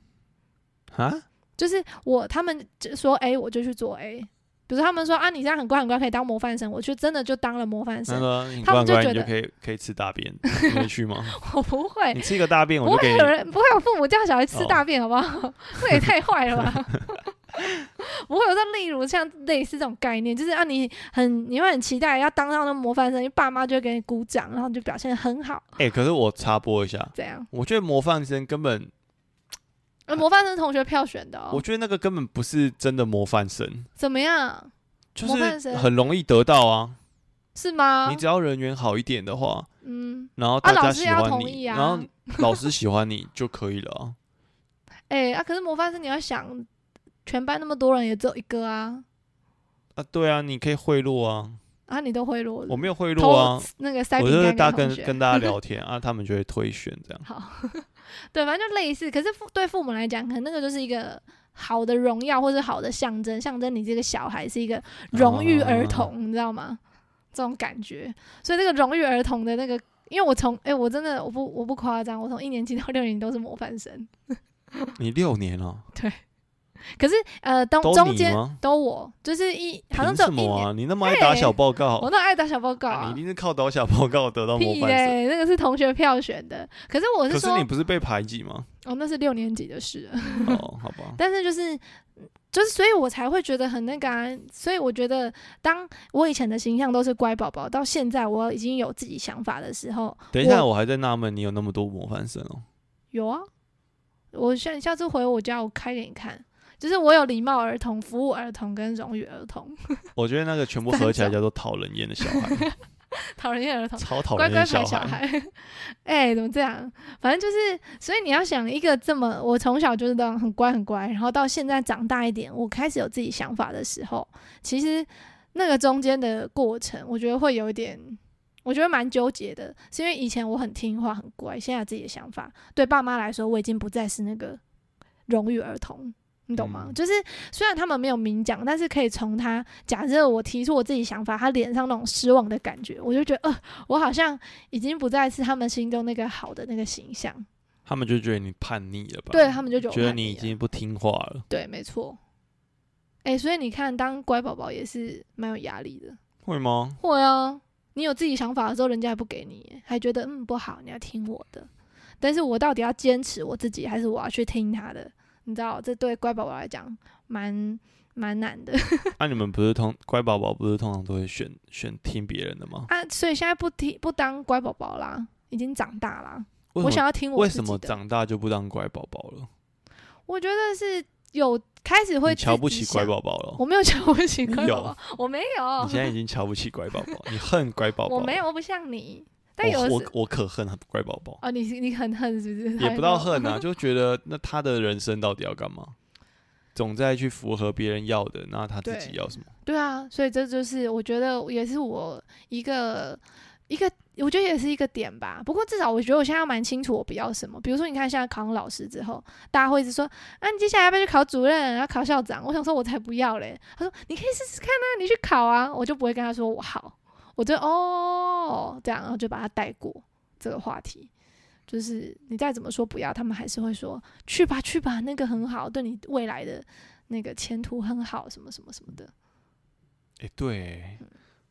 [SPEAKER 1] 啊？
[SPEAKER 2] 就是我，他们就说 A，我就去做 A。比如说他们说啊，你这样很乖很乖，可以当模范生，我就真的就当了模范
[SPEAKER 1] 那
[SPEAKER 2] 生。
[SPEAKER 1] 个你
[SPEAKER 2] 他
[SPEAKER 1] 乖
[SPEAKER 2] 们就
[SPEAKER 1] 乖
[SPEAKER 2] 觉
[SPEAKER 1] 你就
[SPEAKER 2] 得
[SPEAKER 1] 可以可以吃大 便，你会去吗？
[SPEAKER 2] 我不会
[SPEAKER 1] 你，吃一个大便我
[SPEAKER 2] 不
[SPEAKER 1] 就给
[SPEAKER 2] 会
[SPEAKER 1] 你
[SPEAKER 2] 有人不会有父母叫小孩吃
[SPEAKER 1] 哦
[SPEAKER 2] 大便，好不好？ 这也太坏 了吧！ 不会有像例如像类似这种概念，就是啊，你很你会很期待要当上那模范生，因为爸妈就会给你鼓掌，然后你就表现得很好，
[SPEAKER 1] 哎、可是我插播一下，
[SPEAKER 2] 这样。
[SPEAKER 1] 我觉得模范生根本，
[SPEAKER 2] 呃，模范生同学票选的、
[SPEAKER 1] 我
[SPEAKER 2] 哦，
[SPEAKER 1] 觉得那个根本不是真的模范生，
[SPEAKER 2] 怎么样？
[SPEAKER 1] 就
[SPEAKER 2] 模范
[SPEAKER 1] 是
[SPEAKER 2] 生
[SPEAKER 1] 很容易得到啊。
[SPEAKER 2] 是吗
[SPEAKER 1] 你？只要人缘好一点的话，
[SPEAKER 2] 嗯，
[SPEAKER 1] 然后
[SPEAKER 2] 啊，
[SPEAKER 1] 大
[SPEAKER 2] 老
[SPEAKER 1] 家
[SPEAKER 2] 师也
[SPEAKER 1] 喜
[SPEAKER 2] 要
[SPEAKER 1] 欢
[SPEAKER 2] 同
[SPEAKER 1] 你，
[SPEAKER 2] 意啊。
[SPEAKER 1] 然后老师喜欢你就可以了啊。
[SPEAKER 2] 哎、啊，可是模范生你要想，全班那么多人也只有一个啊。
[SPEAKER 1] 啊，对啊，你可以贿赂啊，
[SPEAKER 2] 啊，你都贿赂我
[SPEAKER 1] 我没有贿
[SPEAKER 2] 偷
[SPEAKER 1] 赂啊，
[SPEAKER 2] 那个塞
[SPEAKER 1] 我
[SPEAKER 2] 饼
[SPEAKER 1] 就是
[SPEAKER 2] 干
[SPEAKER 1] 大
[SPEAKER 2] 同
[SPEAKER 1] 跟
[SPEAKER 2] 学
[SPEAKER 1] 跟大家聊天 啊，他们就会推选这样。
[SPEAKER 2] 好， 对，反正就类似。可是父对父母来讲，可能那个就是一个好的荣耀或者好的象征，象征你这个小孩是一个荣誉儿
[SPEAKER 1] 啊
[SPEAKER 2] 童，
[SPEAKER 1] 哦
[SPEAKER 2] 你知道吗？这种感觉。所以这个荣誉儿童的那个，因为我从哎、我真的我不我不夸张，我从一年级到六年级都是模范生。
[SPEAKER 1] 啊你六年了，
[SPEAKER 2] 可是呃，中
[SPEAKER 1] 都
[SPEAKER 2] 中
[SPEAKER 1] 你
[SPEAKER 2] 间
[SPEAKER 1] 吗？
[SPEAKER 2] 都我就是一好像
[SPEAKER 1] 凭
[SPEAKER 2] 只有
[SPEAKER 1] 什
[SPEAKER 2] 一
[SPEAKER 1] 么
[SPEAKER 2] 年，哎
[SPEAKER 1] 啊？你那么爱打小报告，
[SPEAKER 2] 我那爱打小报告、
[SPEAKER 1] 啊你
[SPEAKER 2] 啊
[SPEAKER 1] 一。定是靠打小报告得到模
[SPEAKER 2] 屁
[SPEAKER 1] 范生。
[SPEAKER 2] 嘞、那个是同学票选的。可是我
[SPEAKER 1] 可
[SPEAKER 2] 是
[SPEAKER 1] 是
[SPEAKER 2] 说，
[SPEAKER 1] 你不是被排挤 吗？
[SPEAKER 2] 哦，那是六年级的事了。
[SPEAKER 1] 哦，好吧，
[SPEAKER 2] 但是就是就是，所以我才会觉得很那个、啊。所以我觉得，当我以前的形象都是乖宝宝，到现在我已经有自己想法的时候，
[SPEAKER 1] 等一下，我还在纳闷你有那么多模范生哦。
[SPEAKER 2] 有啊。我下下次回我家，我开给你看。就是我有礼貌儿童、服务儿童跟荣誉儿童，
[SPEAKER 1] 我觉得那个全部
[SPEAKER 2] 三
[SPEAKER 1] 合起来
[SPEAKER 2] 种
[SPEAKER 1] 叫做讨人厌的小 孩，
[SPEAKER 2] 讨人厌儿童。
[SPEAKER 1] 超讨
[SPEAKER 2] 乖
[SPEAKER 1] 人
[SPEAKER 2] 乖
[SPEAKER 1] 厌
[SPEAKER 2] 牌
[SPEAKER 1] 小
[SPEAKER 2] 小
[SPEAKER 1] 孩。
[SPEAKER 2] 孩， 哎、怎么这样？反正就是，所以你要想一个这么，我从小就是这样很乖很乖，然后到现在长大一点，我开始有自己想法的时候，其实那个中间的过程，我觉得会有一点，我觉得蛮纠结的，是因为以前我很听话很乖，现在有自己的想法，对爸妈来说，我已经不再是那个荣誉儿童。你懂吗？
[SPEAKER 1] 嗯
[SPEAKER 2] 就是虽然他们没有明讲，但是可以从他假设我提出我自己想法，他脸上那种失望的感觉，我就觉得，呃，我好像已经不再是他们心中那个好的那个形象，
[SPEAKER 1] 他们就觉得你叛逆了吧？
[SPEAKER 2] 对他们就觉得我
[SPEAKER 1] 觉得
[SPEAKER 2] 叛逆
[SPEAKER 1] 你已
[SPEAKER 2] 了
[SPEAKER 1] 经不听话了。
[SPEAKER 2] 对，没错。哎、所以你看，当乖宝宝也是蛮有压力的。
[SPEAKER 1] 会吗？
[SPEAKER 2] 会啊，你有自己想法的时候，人家还不给你耶，还觉得嗯不好，你要听我的。但是我到底要坚持我自己，还是我要去听他的？你知道，这对乖宝宝来讲蛮蛮难 的
[SPEAKER 1] 那、你们不是通乖宝宝不是通常都会选选听别人的吗？
[SPEAKER 2] 啊。所以现在不听不当乖宝宝啦，已经长大啦。
[SPEAKER 1] 为
[SPEAKER 2] 我
[SPEAKER 1] 什么
[SPEAKER 2] 想要听我
[SPEAKER 1] 为
[SPEAKER 2] 自
[SPEAKER 1] 什
[SPEAKER 2] 己
[SPEAKER 1] 么
[SPEAKER 2] 的
[SPEAKER 1] 长大就不当乖宝宝了？
[SPEAKER 2] 我觉得是有开始会
[SPEAKER 1] 你瞧
[SPEAKER 2] 自
[SPEAKER 1] 不
[SPEAKER 2] 己
[SPEAKER 1] 起乖
[SPEAKER 2] 想
[SPEAKER 1] 宝宝了？
[SPEAKER 2] 我没有瞧不起
[SPEAKER 1] 你
[SPEAKER 2] 乖宝
[SPEAKER 1] 有
[SPEAKER 2] 宝，我没有
[SPEAKER 1] 你，现在已经瞧不起乖宝宝，你恨乖宝宝？
[SPEAKER 2] 我没有，，我不像你。但有
[SPEAKER 1] 我我
[SPEAKER 2] 时
[SPEAKER 1] 我可恨乖宝宝，
[SPEAKER 2] 哦，你是你很恨是不是？
[SPEAKER 1] 也
[SPEAKER 2] 还
[SPEAKER 1] 不到
[SPEAKER 2] 有
[SPEAKER 1] 恨啊，就觉得那他的人生到底要干嘛？总在去符合别人要的，那他自己
[SPEAKER 2] 对
[SPEAKER 1] 要什么？
[SPEAKER 2] 对啊，所以这就是我觉得也是我一个一个，我觉得也是一个点吧。不过至少我觉得我现在蛮清楚我不要什么。比如说，你看现在考上老师之后，大家会一直说啊，你接下来要不要去考主任，然后考校长？我想说，我才不要嘞。他说你可以试试看啊，你去考啊，我就不会跟他说我好，我就哦这样，然后就把他带过这个话题。就是你再怎么说不要，他们还是会说去吧去吧，那个很好，对你未来的那个前途很好，什么什么什么的。
[SPEAKER 1] 哎、对，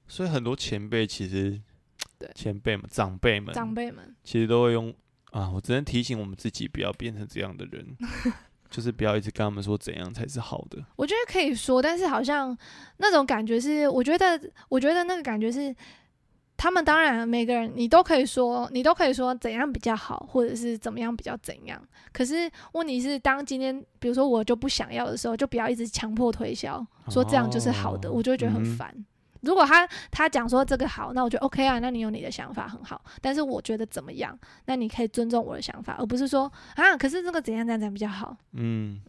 [SPEAKER 1] 所以很多前辈其实，
[SPEAKER 2] 嗯对
[SPEAKER 1] 前辈们、长辈们，
[SPEAKER 2] 长辈们，
[SPEAKER 1] 其实都会用啊，我只能提醒我们自己不要变成这样的 人，就是不要一直跟他们说怎样才是好的。嗯
[SPEAKER 2] 我觉得可以说，但是好像那种感觉是，我觉得，我觉得那个感觉是，他们当然每个人你都可以说，你都可以说怎样比较好，或者是怎么样比较怎样。可是问题是，当今天比如说我就不想要的时候，就不要一直强迫推销，说这样就是好的，
[SPEAKER 1] 哦
[SPEAKER 2] 我就会觉得很
[SPEAKER 1] 嗯
[SPEAKER 2] 烦。如果他他讲说这个好，那我觉得 OK 啊，那你有你的想法很好，但是我觉得怎么样，那你可以尊重我的想法，而不是说啊，可是这个怎样怎样怎样比较好。
[SPEAKER 1] 嗯，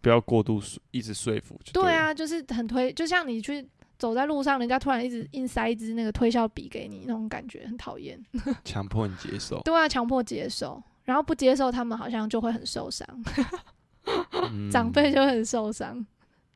[SPEAKER 1] 不要过度说一直说服就
[SPEAKER 2] 对
[SPEAKER 1] 了，
[SPEAKER 2] 啊，就是很推，就像你去走在路上，人家突然一直硬塞一支那个推销笔给你，那种感觉很讨厌。
[SPEAKER 1] 嗯强迫你接受。
[SPEAKER 2] 对啊，强迫接受，然后不接受，他们好像就会很受伤，
[SPEAKER 1] 嗯
[SPEAKER 2] 啊长辈就会很受伤。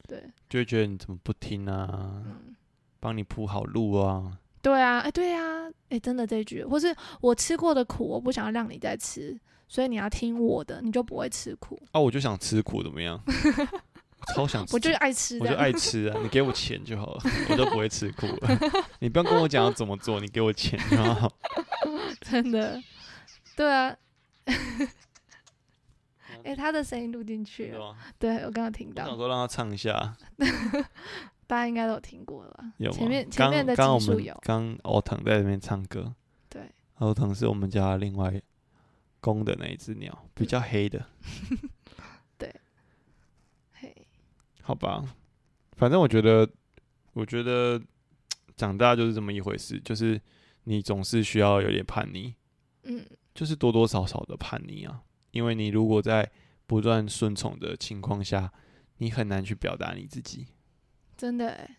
[SPEAKER 2] 对，
[SPEAKER 1] 就会觉得你怎么不听啊，
[SPEAKER 2] 嗯，
[SPEAKER 1] 帮你铺好路啊。
[SPEAKER 2] 对啊，哎，对啊，哎，真的这一句，或是我吃过的苦，我不想让你再吃，所以你要听我的，你就不会吃苦。
[SPEAKER 1] 啊，我就想吃苦，怎么 样？我超想吃，
[SPEAKER 2] 我就是爱吃
[SPEAKER 1] 我就
[SPEAKER 2] 的，
[SPEAKER 1] 爱吃啊！你给我钱就好了，我就不会吃苦了。 你不要跟我讲要怎么做，你给我钱就好。
[SPEAKER 2] 真的，对啊。
[SPEAKER 1] 嗯
[SPEAKER 2] 哎、他的声音录进去
[SPEAKER 1] 真的
[SPEAKER 2] 了，
[SPEAKER 1] 吗？
[SPEAKER 2] 对啊我刚刚听
[SPEAKER 1] 啊我想
[SPEAKER 2] 到。
[SPEAKER 1] 说让他唱一下，
[SPEAKER 2] 大家应该都有听过了吧？
[SPEAKER 1] 有吗？
[SPEAKER 2] 前面前
[SPEAKER 1] 刚
[SPEAKER 2] 面的
[SPEAKER 1] 刚我
[SPEAKER 2] 集数
[SPEAKER 1] 们
[SPEAKER 2] 有，
[SPEAKER 1] 刚欧腾在那边唱歌，
[SPEAKER 2] 对，
[SPEAKER 1] 欧腾是我们家另外公的那一只鸟，
[SPEAKER 2] 嗯
[SPEAKER 1] 比较黑的，
[SPEAKER 2] 嘿，
[SPEAKER 1] 好吧？反正我觉得，我觉得长大就是这么一回事，就是你总是需要有点叛逆，
[SPEAKER 2] 嗯，
[SPEAKER 1] 就是多多少少的叛逆啊，因为你如果在不断顺从的情况下，你很难去表达你自己。
[SPEAKER 2] 真的哎，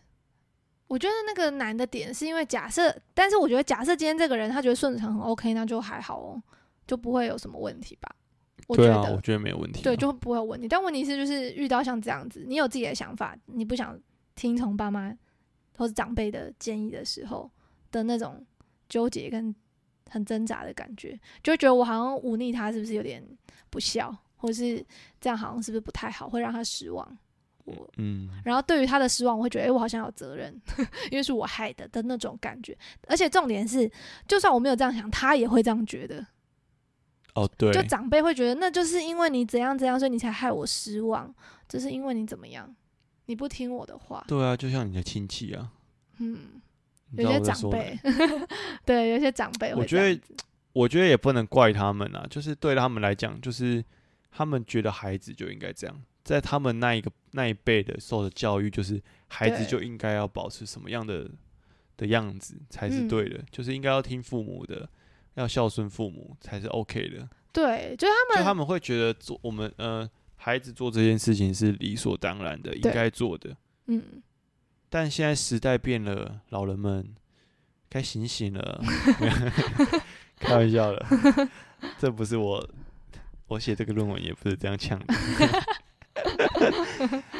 [SPEAKER 2] 我觉得那个难的点是因为假设，但是我觉得假设今天这个人他觉得顺子堂很 OK，那就还好哦，就不会有什么问题吧？我觉
[SPEAKER 1] 对
[SPEAKER 2] 得
[SPEAKER 1] 啊，我觉得没有问题啊。
[SPEAKER 2] 对就不会有问题。但问题是，就是遇到像这样子，你有自己的想法，你不想听从爸妈或是长辈的建议的时候的那种纠结跟很挣扎的感觉，就会觉得我好像忤逆他，是不是有点不孝，或是这样好像是不是不太好，会让他失望。我
[SPEAKER 1] 嗯，
[SPEAKER 2] 然后对于他的失望，我会觉得，哎、我好像有责任， 因为是我害的的那种感觉。而且重点是，就算我没有这样想，他也会这样觉得。
[SPEAKER 1] 哦对，
[SPEAKER 2] 就长辈会觉得，那就是因为你怎样怎样，所以你才害我失望，这是因为你怎么样，你不听我的话。
[SPEAKER 1] 对啊，就像你的亲戚啊，
[SPEAKER 2] 嗯，
[SPEAKER 1] 你知
[SPEAKER 2] 有
[SPEAKER 1] 道我
[SPEAKER 2] 些
[SPEAKER 1] 在
[SPEAKER 2] 长
[SPEAKER 1] 说哪
[SPEAKER 2] 辈， 对，有些长辈
[SPEAKER 1] 我
[SPEAKER 2] 会
[SPEAKER 1] 觉
[SPEAKER 2] 这样
[SPEAKER 1] 得
[SPEAKER 2] 子。，
[SPEAKER 1] 我觉得也不能怪他们啊，就是对他们来讲，就是他们觉得孩子就应该这样，在他们那一个那一辈的受的教育，就是孩子
[SPEAKER 2] 对
[SPEAKER 1] 就应该要保持什么样的的样子才是
[SPEAKER 2] 嗯
[SPEAKER 1] 对的，就是应该要听父母的，要孝顺父母才是 OK 的。
[SPEAKER 2] 对，就是他
[SPEAKER 1] 就
[SPEAKER 2] 们，
[SPEAKER 1] 他们会觉得做我们呃孩子做这件事情是理所当然的，应
[SPEAKER 2] 对
[SPEAKER 1] 该做的。
[SPEAKER 2] 嗯，
[SPEAKER 1] 但现在时代变了，老人们该醒醒 了。开玩笑的， 这不是我，我写这个论文也不是这样呛 的。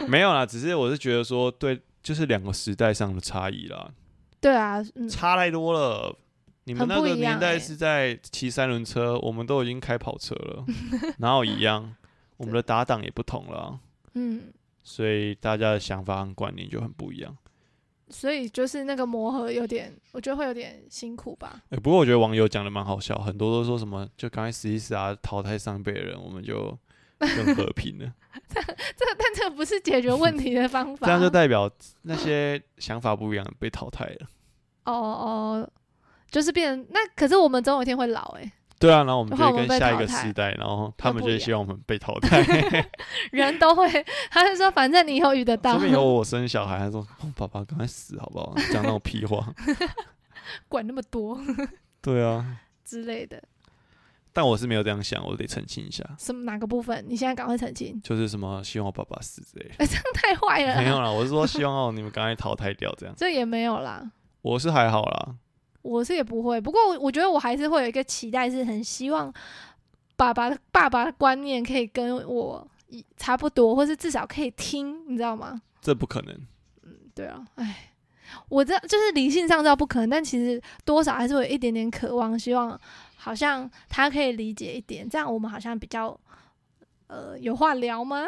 [SPEAKER 1] 没有啦，只是我是觉得说，对，就是两个时代上的差异啦，
[SPEAKER 2] 对啊，嗯，
[SPEAKER 1] 差太多了。你们
[SPEAKER 2] 很
[SPEAKER 1] 那
[SPEAKER 2] 不
[SPEAKER 1] 个
[SPEAKER 2] 一样
[SPEAKER 1] 年代
[SPEAKER 2] 欸
[SPEAKER 1] 是在骑三轮车，我们都已经开跑车 了，哪有一样？我们的搭档也不同了啊，
[SPEAKER 2] 嗯，
[SPEAKER 1] 所以大家的想法和观念就很不一样。
[SPEAKER 2] 所以就是那个磨合有点，我觉得会有点辛苦 吧。
[SPEAKER 1] 欸，不过我觉得网友讲的蛮好笑，很多都说什么就刚才死一死啊，淘汰上一辈的人，我们 就更和平了。
[SPEAKER 2] 这但这不是解决问题的方 法。
[SPEAKER 1] 这样就代表那些想法不一样被淘汰了。
[SPEAKER 2] 哦哦，就是变成那，可是我们总有一天会老哎、
[SPEAKER 1] 对啊，然后我们就
[SPEAKER 2] 然后
[SPEAKER 1] 会
[SPEAKER 2] 我
[SPEAKER 1] 跟
[SPEAKER 2] 们被
[SPEAKER 1] 下一
[SPEAKER 2] 淘
[SPEAKER 1] 个
[SPEAKER 2] 汰
[SPEAKER 1] 世代，然后他
[SPEAKER 2] 啊
[SPEAKER 1] 们
[SPEAKER 2] 不
[SPEAKER 1] 就
[SPEAKER 2] 一
[SPEAKER 1] 会
[SPEAKER 2] 样
[SPEAKER 1] 希望我们被淘 汰。
[SPEAKER 2] 人都会， 他就说反正你以后遇得
[SPEAKER 1] 这
[SPEAKER 2] 到，
[SPEAKER 1] 边有我生小孩，他说：“哦、爸爸，赶快死好不好？”讲那种屁话。
[SPEAKER 2] 管那么多
[SPEAKER 1] 对啊，
[SPEAKER 2] 之类的，
[SPEAKER 1] 但我是没有这样想，我得澄清一下，
[SPEAKER 2] 什么哪个部分？你现在赶快澄清，
[SPEAKER 1] 就是什么希望我爸爸死之类的。
[SPEAKER 2] 哎、这样太坏了
[SPEAKER 1] 没有
[SPEAKER 2] 啦，
[SPEAKER 1] 啦，我是说希望哦你们赶快淘汰掉这样。
[SPEAKER 2] 这也没有啦。
[SPEAKER 1] 我是还好啦，
[SPEAKER 2] 我是也不会，不过我我觉得我还是会有一个期待，是很希望爸爸的爸爸的观念可以跟我一差不多，或是至少可以听，你知道吗？
[SPEAKER 1] 这不可能。
[SPEAKER 2] 对啊，哎，我知道就是理性上知道不可能，但其实多少还是会有一点点渴望，希望好像他可以理解一点，这样我们好像比较呃有话聊吗？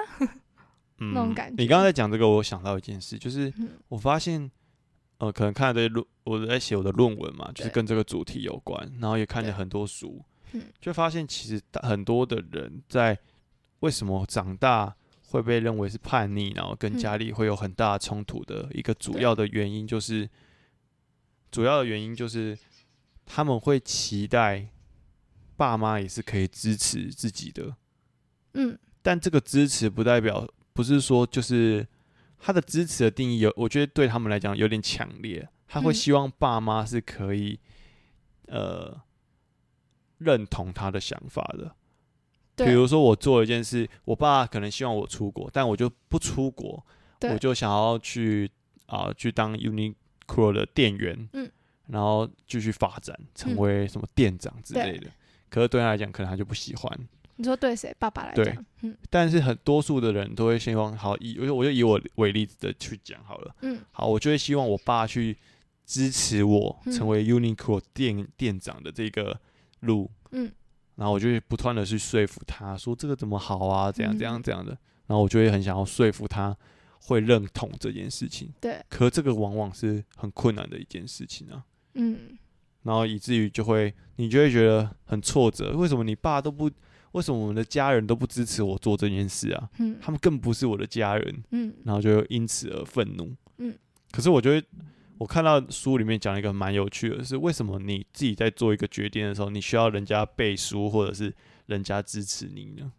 [SPEAKER 1] 嗯，
[SPEAKER 2] 种感
[SPEAKER 1] 你
[SPEAKER 2] 觉
[SPEAKER 1] 刚才讲这个，我想到一件事，就是
[SPEAKER 2] 嗯
[SPEAKER 1] 我发现，呃，可能看了这些论，我在写我的论文嘛，就是
[SPEAKER 2] 对
[SPEAKER 1] 跟这个主题有关，然后也看了
[SPEAKER 2] 对
[SPEAKER 1] 很多书
[SPEAKER 2] 嗯，
[SPEAKER 1] 就发现其实大很多的人在为什么长大会被认为是叛逆，然后跟
[SPEAKER 2] 嗯
[SPEAKER 1] 家里会有很大的冲突的一个主
[SPEAKER 2] 对
[SPEAKER 1] 要的原因，就是主要的原因就是他们会期待爸妈也是可以支持自己的，
[SPEAKER 2] 嗯，
[SPEAKER 1] 但这个支持不代表不是说就是他的支持的定义有，我觉得对他们来讲有点强烈，他会
[SPEAKER 2] 嗯
[SPEAKER 1] 希望爸妈是可以、呃认同他的想法的。比
[SPEAKER 2] 对
[SPEAKER 1] 如说我做一件事，我爸可能希望我出国，但我就不出国，
[SPEAKER 2] 对
[SPEAKER 1] 我就想要去啊、去当 Uniqlo 的店员，
[SPEAKER 2] 嗯，
[SPEAKER 1] 然后继续发展，成
[SPEAKER 2] 嗯
[SPEAKER 1] 为什么店长之
[SPEAKER 2] 对
[SPEAKER 1] 类的。可是对他来讲，可能他就不喜欢，
[SPEAKER 2] 你说对谁？爸爸来
[SPEAKER 1] 对
[SPEAKER 2] 讲，嗯
[SPEAKER 1] 但是很多数的人都会希望，好以我就我就以我为例子的去讲好了。
[SPEAKER 2] 嗯
[SPEAKER 1] 好，我就会希望我爸去支持我
[SPEAKER 2] 嗯
[SPEAKER 1] 成为 Uniqlo 店店长的这个路，
[SPEAKER 2] 嗯，
[SPEAKER 1] 然后我就会不断的去说服他说这个怎么好啊，怎样怎样
[SPEAKER 2] 嗯
[SPEAKER 1] 怎样的，然后我就会很想要说服他会认同这件事情。
[SPEAKER 2] 对，
[SPEAKER 1] 可这个往往是很困难的一件事情啊。
[SPEAKER 2] 嗯，
[SPEAKER 1] 然后以至于就会你就会觉得很挫折，为什么你爸都不，为什么我们的家人都不支持我做这件事啊？
[SPEAKER 2] 嗯
[SPEAKER 1] 他们更不是我的家人，
[SPEAKER 2] 嗯
[SPEAKER 1] 然后就因此而愤怒。
[SPEAKER 2] 嗯，
[SPEAKER 1] 可是我觉得我看到书里面讲了一个蛮有趣的是，为什么你自己在做一个决定的时候，你需要人家背书或者是人家支持你呢？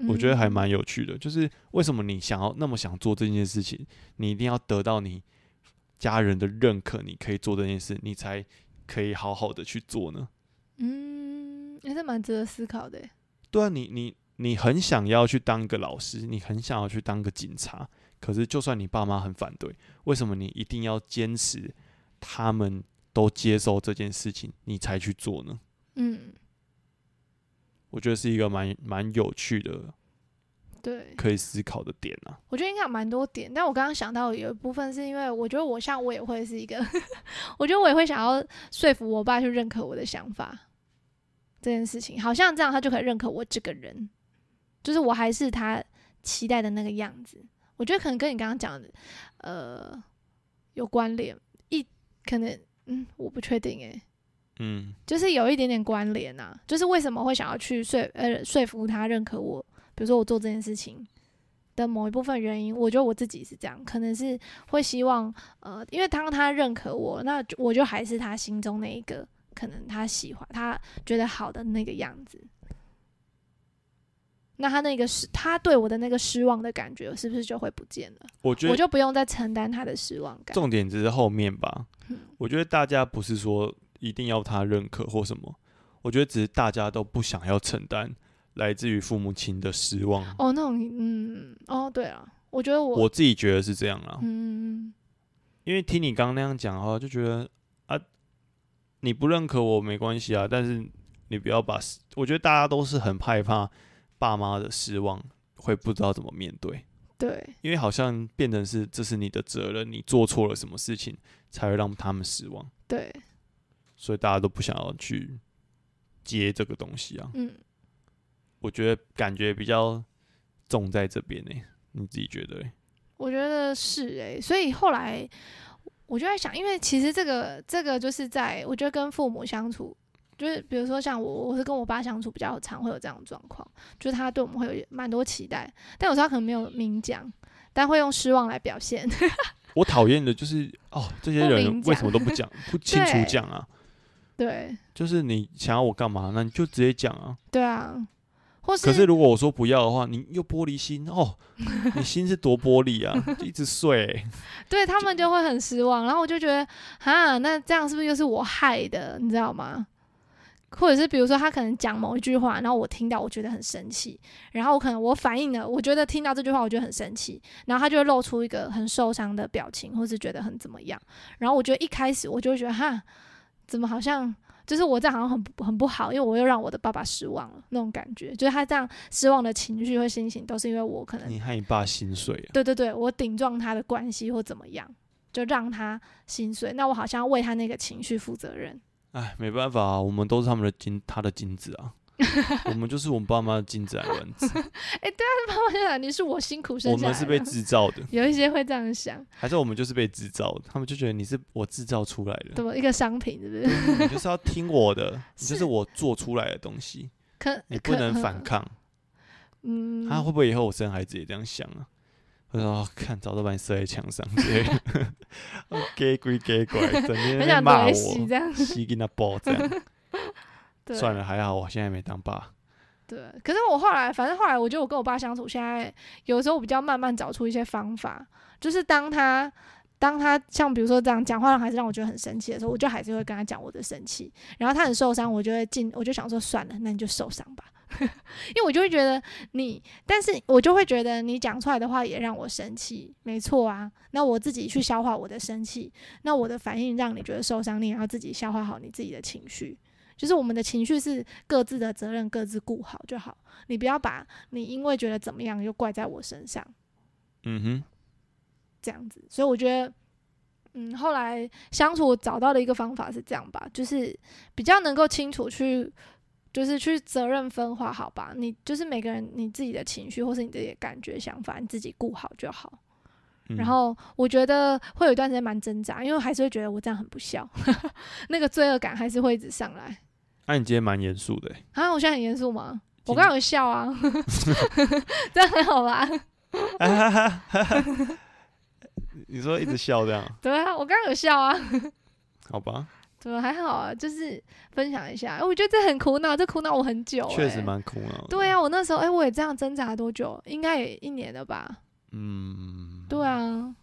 [SPEAKER 2] 嗯
[SPEAKER 1] 我觉得还蛮有趣的，就是为什么你想要那么想做这件事情，你一定要得到你家人的认可，你可以做这件事，你才可以好好的去做呢？
[SPEAKER 2] 嗯，也是蛮值得思考的耶。
[SPEAKER 1] 对啊，你你你很想要去当个老师，你很想要去当个警察，可是就算你爸妈很反对，为什么你一定要坚持他们都接受这件事情，你才去做呢？
[SPEAKER 2] 嗯，
[SPEAKER 1] 我觉得是一个蛮蛮有趣的
[SPEAKER 2] 对，
[SPEAKER 1] 可以思考的点啊。
[SPEAKER 2] 我觉得应该有蛮多点，但我刚刚想到有一部分是因为我觉得我像我也会是一个， 我觉得我也会想要说服我爸去认可我的想法这件事情，好像这样他就可以认可我这个人，就是我还是他期待的那个样子。我觉得可能跟你刚刚讲的，呃，有关联，一可能嗯，我不确定诶、
[SPEAKER 1] 嗯，
[SPEAKER 2] 就是有一点点关联啊，就是为什么会想要去说呃说服他认可我，比如说我做这件事情的某一部分原因，我觉得我自己是这样，可能是会希望呃，因为当他认可我，那就我就还是他心中那一个可能他喜欢他觉得好的那个样子。那他那个失，他对我的那个失望的感觉，是不是就会不见了？
[SPEAKER 1] 我觉
[SPEAKER 2] 我
[SPEAKER 1] 得
[SPEAKER 2] 就不用再承担他的失望感。
[SPEAKER 1] 重点只是后面吧
[SPEAKER 2] 嗯。
[SPEAKER 1] 我觉得大家不是说一定要他认可或什么，我觉得只是大家都不想要承担来自于父母亲的失望。
[SPEAKER 2] 哦，那种，嗯，哦，对啊，我觉得我，
[SPEAKER 1] 我自己觉得是这样啊啦，
[SPEAKER 2] 嗯，
[SPEAKER 1] 因为听你刚刚那样讲的话，就觉得啊，你不认可我没关系啊，但是你不要把，我觉得大家都是很害怕爸妈的失望，会不知道怎么面对，
[SPEAKER 2] 对，
[SPEAKER 1] 因为好像变成是这是你的责任，你做错了什么事情才会让他们失望，
[SPEAKER 2] 对，
[SPEAKER 1] 所以大家都不想要去接这个东西啊。
[SPEAKER 2] 嗯，
[SPEAKER 1] 我觉得感觉比较重在这边呢、你自己觉得、欸？
[SPEAKER 2] 我觉得是诶、所以后来我就在想，因为其实这个这个就是在我觉得跟父母相处，就是比如说像我，我是跟我爸相处比较常会有这样的状况，就是他对我们会有蛮多期待，但有时候他可能没有明讲，但会用失望来表现。
[SPEAKER 1] 我讨厌的就是哦，这些
[SPEAKER 2] 不
[SPEAKER 1] 人
[SPEAKER 2] 明讲
[SPEAKER 1] 为什么都不讲， 不清楚
[SPEAKER 2] 对
[SPEAKER 1] 讲啊？
[SPEAKER 2] 对，
[SPEAKER 1] 就是你想要我干嘛，那你就直接讲啊。
[SPEAKER 2] 对啊，或是
[SPEAKER 1] 可是如果我说不要的话，你又玻璃心 哦，你心是多玻璃啊，就一直碎欸、
[SPEAKER 2] 对他们就会很失望，然后我就觉得，哈，那这样是不是又是我害的？你知道吗？或者是比如说他可能讲某一句话，然后我听到我觉得很生气，然后我可能我反应了，我觉得听到这句话我觉得很生气，然后他就会露出一个很受伤的表情，或是觉得很怎么样。然后我觉得一开始我就会觉得，哈，怎么好像就是我这样好像很不很不好，因为我又让我的爸爸失望了那种感觉，就是他这样失望的情绪和心情都是因为我可能
[SPEAKER 1] 你害你爸心碎啊。
[SPEAKER 2] 对对对，我顶撞他的关系或怎么样，就让他心碎。那我好像要为他那个情绪负责任。
[SPEAKER 1] 哎，没办法啊，我们都是他们的金，他的金子 啊，我们就是我们爸妈的金子来卵子，
[SPEAKER 2] 他们就想你是我辛苦生
[SPEAKER 1] 我
[SPEAKER 2] 下来
[SPEAKER 1] 们
[SPEAKER 2] 的，
[SPEAKER 1] 是被制造的，
[SPEAKER 2] 有一些会这样想，
[SPEAKER 1] 还是我们就是被制造的？他们就觉得你是我制造出来的
[SPEAKER 2] 怎，么一个商品是不是？
[SPEAKER 1] 嗯你就是要听我的，你就是
[SPEAKER 2] 是
[SPEAKER 1] 我做出来的东西，
[SPEAKER 2] 可
[SPEAKER 1] 你
[SPEAKER 2] 可
[SPEAKER 1] 不能反
[SPEAKER 2] 嗯
[SPEAKER 1] 抗。
[SPEAKER 2] 嗯，
[SPEAKER 1] 啊他、会不会以后我生孩子也这样想啊？我说、哦、看，早都把你射在墙上之类的， 给鬼给鬼，整天在
[SPEAKER 2] 很
[SPEAKER 1] 那边
[SPEAKER 2] 想
[SPEAKER 1] 骂
[SPEAKER 2] 维
[SPEAKER 1] 我，
[SPEAKER 2] 系这样。
[SPEAKER 1] 吸给那爆这样。
[SPEAKER 2] 对，
[SPEAKER 1] 算了，还好我现在没当爸。
[SPEAKER 2] 对，可是我后来，反正后来，我觉得我跟我爸相处，现在有时候我比较慢慢找出一些方法，就是当他当他像比如说这样讲话，还是让我觉得很生气的时候，我就还是会跟他讲我的生气，然后他很受伤，我就会进，我就想说算了，那你就受伤吧， 因为我就会觉得你，但是我就会觉得你讲出来的话也让我生气，没错啊，那我自己去消化我的生气，那我的反应让你觉得受伤，你也要自己消化好你自己的情绪。就是我们的情绪是各自的责任，各自顾好就好。你不要把你因为觉得怎么样又怪在我身上，
[SPEAKER 1] 嗯
[SPEAKER 2] 这样子。所以我觉得，嗯，后来相处我找到的一个方法是这样吧，就是比较能够清楚去，就是去责任分化，好吧？你就是每个人你自己的情绪或是你自己的感觉、想法，你自己顾好就好。
[SPEAKER 1] 哼，
[SPEAKER 2] 然后我觉得会有一段时间蛮挣扎，因为我还是会觉得我这样很不孝， 那个罪恶感还是会一直上来。
[SPEAKER 1] 那、啊你今天蛮严肃的欸、
[SPEAKER 2] 啊，我现在很严肃吗？
[SPEAKER 1] 今
[SPEAKER 2] 我刚刚有 笑啊，这样很好吧？
[SPEAKER 1] 你说一直笑这样，
[SPEAKER 2] 对啊，我刚刚有笑啊，
[SPEAKER 1] 好吧？
[SPEAKER 2] 怎么还好啊？就是分享一下，我觉得这很苦恼，这苦恼我很久、欸，
[SPEAKER 1] 确实。蛮苦恼。
[SPEAKER 2] 对，啊，我那时候哎、我也这样挣扎多久？应该也一年了吧？
[SPEAKER 1] 嗯，
[SPEAKER 2] 对啊，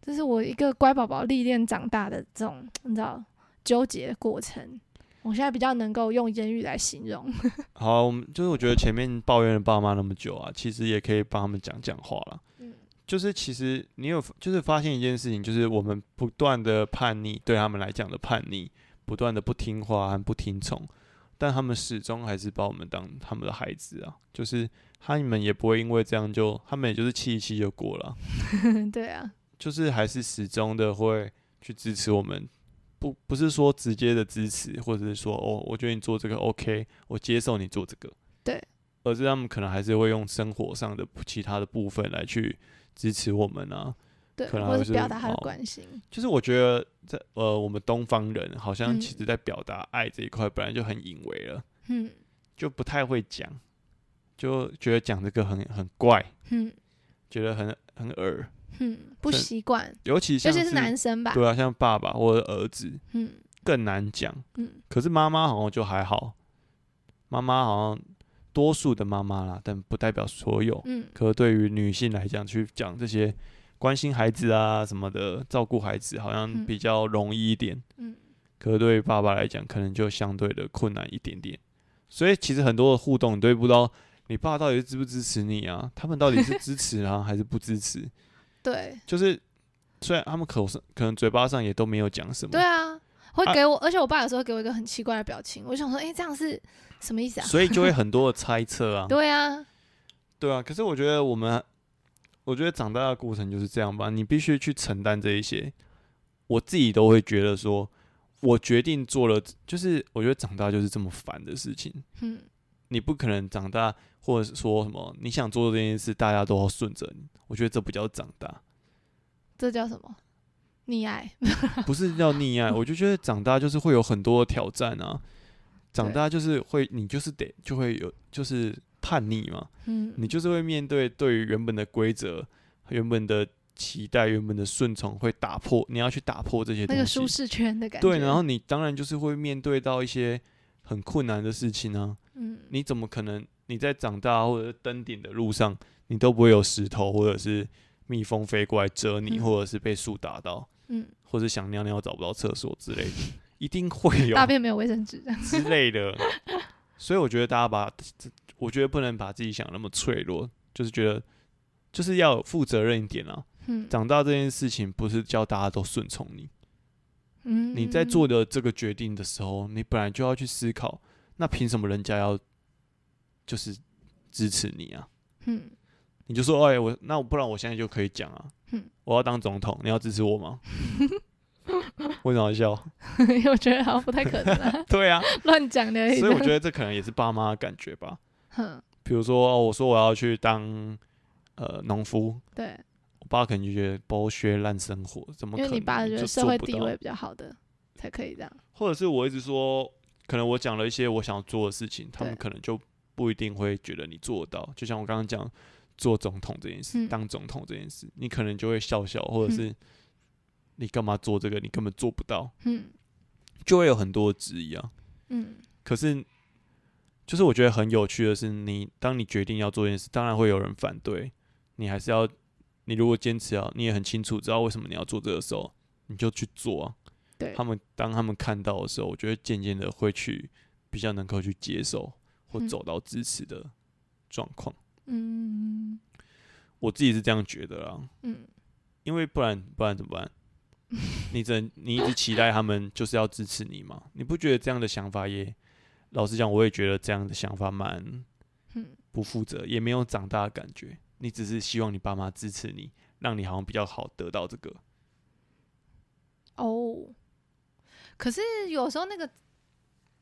[SPEAKER 2] 这是我一个乖宝宝历练长大的这种你知道纠结的过程。我现在比较能够用言语来形容，
[SPEAKER 1] 好啊、我们就是我觉得前面抱怨了爸妈那么久啊，其实也可以帮他们讲讲话啦。
[SPEAKER 2] 嗯
[SPEAKER 1] 就是其实你有就是发现一件事情，就是我们不断的叛逆，对他们来讲的叛逆，不断的不听话和不听从，但他们始终还是把我们当他们的孩子啊，就是他们也不会因为这样就，他们也就是气一气就过了啊，
[SPEAKER 2] 对啊，
[SPEAKER 1] 就是还是始终的会去支持我们，不不是说直接的支持，或者是说哦，我觉得你做这个 OK，我接受你做这个，
[SPEAKER 2] 对，
[SPEAKER 1] 而是他们可能还是会用生活上的其他的部分来去支持我们啊，
[SPEAKER 2] 对，
[SPEAKER 1] 可能
[SPEAKER 2] 或
[SPEAKER 1] 就是是
[SPEAKER 2] 表达他的
[SPEAKER 1] 哦
[SPEAKER 2] 关心，
[SPEAKER 1] 就是我觉得在呃，我们东方人好像
[SPEAKER 2] 嗯
[SPEAKER 1] 其实在表达爱这一块本来就很隐微了，
[SPEAKER 2] 嗯
[SPEAKER 1] 就不太会讲，就觉得讲这个很很怪，
[SPEAKER 2] 嗯
[SPEAKER 1] 觉得很很耳，
[SPEAKER 2] 嗯，不
[SPEAKER 1] 是
[SPEAKER 2] 习惯，
[SPEAKER 1] 尤其
[SPEAKER 2] 尤
[SPEAKER 1] 像
[SPEAKER 2] 其是男生吧，
[SPEAKER 1] 对啊，像爸爸或者儿子
[SPEAKER 2] 嗯
[SPEAKER 1] 更难讲，
[SPEAKER 2] 嗯
[SPEAKER 1] 可是妈妈好像就还好，妈妈好像多数的妈妈啦，但不代表所有。
[SPEAKER 2] 嗯，
[SPEAKER 1] 可是对于女性来讲，去讲这些关心孩子啊什么的，照顾孩子，好像
[SPEAKER 2] 嗯
[SPEAKER 1] 比较容易一点。
[SPEAKER 2] 嗯，
[SPEAKER 1] 可是对于爸爸来讲，可能就相对的困难一点点。所以其实很多的互动，你都会不知道你爸到底是支不支持你 啊？他们到底是支持啊，还是不支持？
[SPEAKER 2] 对
[SPEAKER 1] 就是虽然他们口上可能嘴巴上也都没有讲什么，
[SPEAKER 2] 对啊，会
[SPEAKER 1] 啊
[SPEAKER 2] 给我，而且我爸有时候给我一个很奇怪的表情，我想说，哎，这样是什么意思啊？
[SPEAKER 1] 所以就会很多的猜测啊。
[SPEAKER 2] 对啊，
[SPEAKER 1] 对啊，可是我觉得我们，我觉得长大的过程就是这样吧，你必须去承担这一些。我自己都会觉得说，我决定做了，就是我觉得长大就是这么烦的事情。
[SPEAKER 2] 嗯
[SPEAKER 1] 你不可能长大，或者是说什么你想做这件事，大家都要顺着你。我觉得这不叫长大，
[SPEAKER 2] 这叫什么？溺爱，
[SPEAKER 1] 不是叫溺爱。我就觉得长大就是会有很多挑战啊，长大就是会，你就是得就会有就是叛逆嘛，
[SPEAKER 2] 嗯，
[SPEAKER 1] 你就是会面对对于原本的规则、原本的期待、原本的顺从会打破，你要去打破这些
[SPEAKER 2] 那
[SPEAKER 1] 东
[SPEAKER 2] 个
[SPEAKER 1] 西。
[SPEAKER 2] 舒适圈的感觉，
[SPEAKER 1] 对，然后你当然就是会面对到一些很困难的事情啊。
[SPEAKER 2] 嗯，
[SPEAKER 1] 你怎么可能你在长大或者是登顶的路上，你都不会有石头或者是蜜蜂飞过来蛰你，
[SPEAKER 2] 嗯
[SPEAKER 1] 或者是被树打到，
[SPEAKER 2] 嗯，
[SPEAKER 1] 或者想尿尿找不到厕所之类的，一定会有
[SPEAKER 2] 大便没有卫生纸，
[SPEAKER 1] 之类的。 所以我觉得大家把，我觉得不能把自己想那么脆弱，就是觉得就是要负责任一点啊。
[SPEAKER 2] 嗯，
[SPEAKER 1] 长大这件事情不是叫大家都顺从你，
[SPEAKER 2] 嗯，
[SPEAKER 1] 你在做的这个决定的时候，你本来就要去思考，那凭什么人家要就是支持你啊？
[SPEAKER 2] 嗯，
[SPEAKER 1] 你就说，哎、我那我不然我现在就可以讲啊，
[SPEAKER 2] 嗯
[SPEAKER 1] 我要当总统，你要支持我吗？ 为什么要笑？
[SPEAKER 2] 嗯，因为我觉得好像不太可能啊，
[SPEAKER 1] 对啊，
[SPEAKER 2] 乱讲的而已。
[SPEAKER 1] 所以我觉得这可能也是爸妈的感觉吧。
[SPEAKER 2] 哼，
[SPEAKER 1] 比如说，哦我说我要去当呃农夫，
[SPEAKER 2] 对，
[SPEAKER 1] 我爸可能就觉得剥削烂生活，怎么
[SPEAKER 2] 因
[SPEAKER 1] 可
[SPEAKER 2] 为
[SPEAKER 1] 能？
[SPEAKER 2] 你爸觉
[SPEAKER 1] 就
[SPEAKER 2] 得社
[SPEAKER 1] 做
[SPEAKER 2] 会
[SPEAKER 1] 不
[SPEAKER 2] 地
[SPEAKER 1] 到
[SPEAKER 2] 位比较好的才可以这样，
[SPEAKER 1] 或者是我一直说，可能我讲了一些我想做的事情，他们
[SPEAKER 2] 对
[SPEAKER 1] 可能就不一定会觉得你做得到。就像我刚刚讲做总统这件事，
[SPEAKER 2] 嗯
[SPEAKER 1] 当总统这件事，你可能就会笑笑，或者是你干嘛做这个，你根本做不到，
[SPEAKER 2] 嗯
[SPEAKER 1] 就会有很多质疑啊。
[SPEAKER 2] 嗯
[SPEAKER 1] 可是，就是我觉得很有趣的是你，当你决定要做这件事，当然会有人反对，你还是要，你如果坚持啊，你也很清楚知道为什么你要做这个时候，你就去做啊。
[SPEAKER 2] 对
[SPEAKER 1] 他们当他们看到的时候，我觉得渐渐的会去比较能够去接受或
[SPEAKER 2] 嗯
[SPEAKER 1] 走到支持的状况。
[SPEAKER 2] 嗯
[SPEAKER 1] 我自己是这样觉得啦，
[SPEAKER 2] 嗯，
[SPEAKER 1] 因为不然不然怎么办？ 你只能你一直期待他们就是要支持你嘛？你不觉得这样的想法也，老实讲，我也觉得这样的想法蛮
[SPEAKER 2] 嗯
[SPEAKER 1] 不负责，也没有长大的感觉。你只是希望你爸妈支持你，让你好像比较好得到这个。
[SPEAKER 2] 哦，可是有时候那个。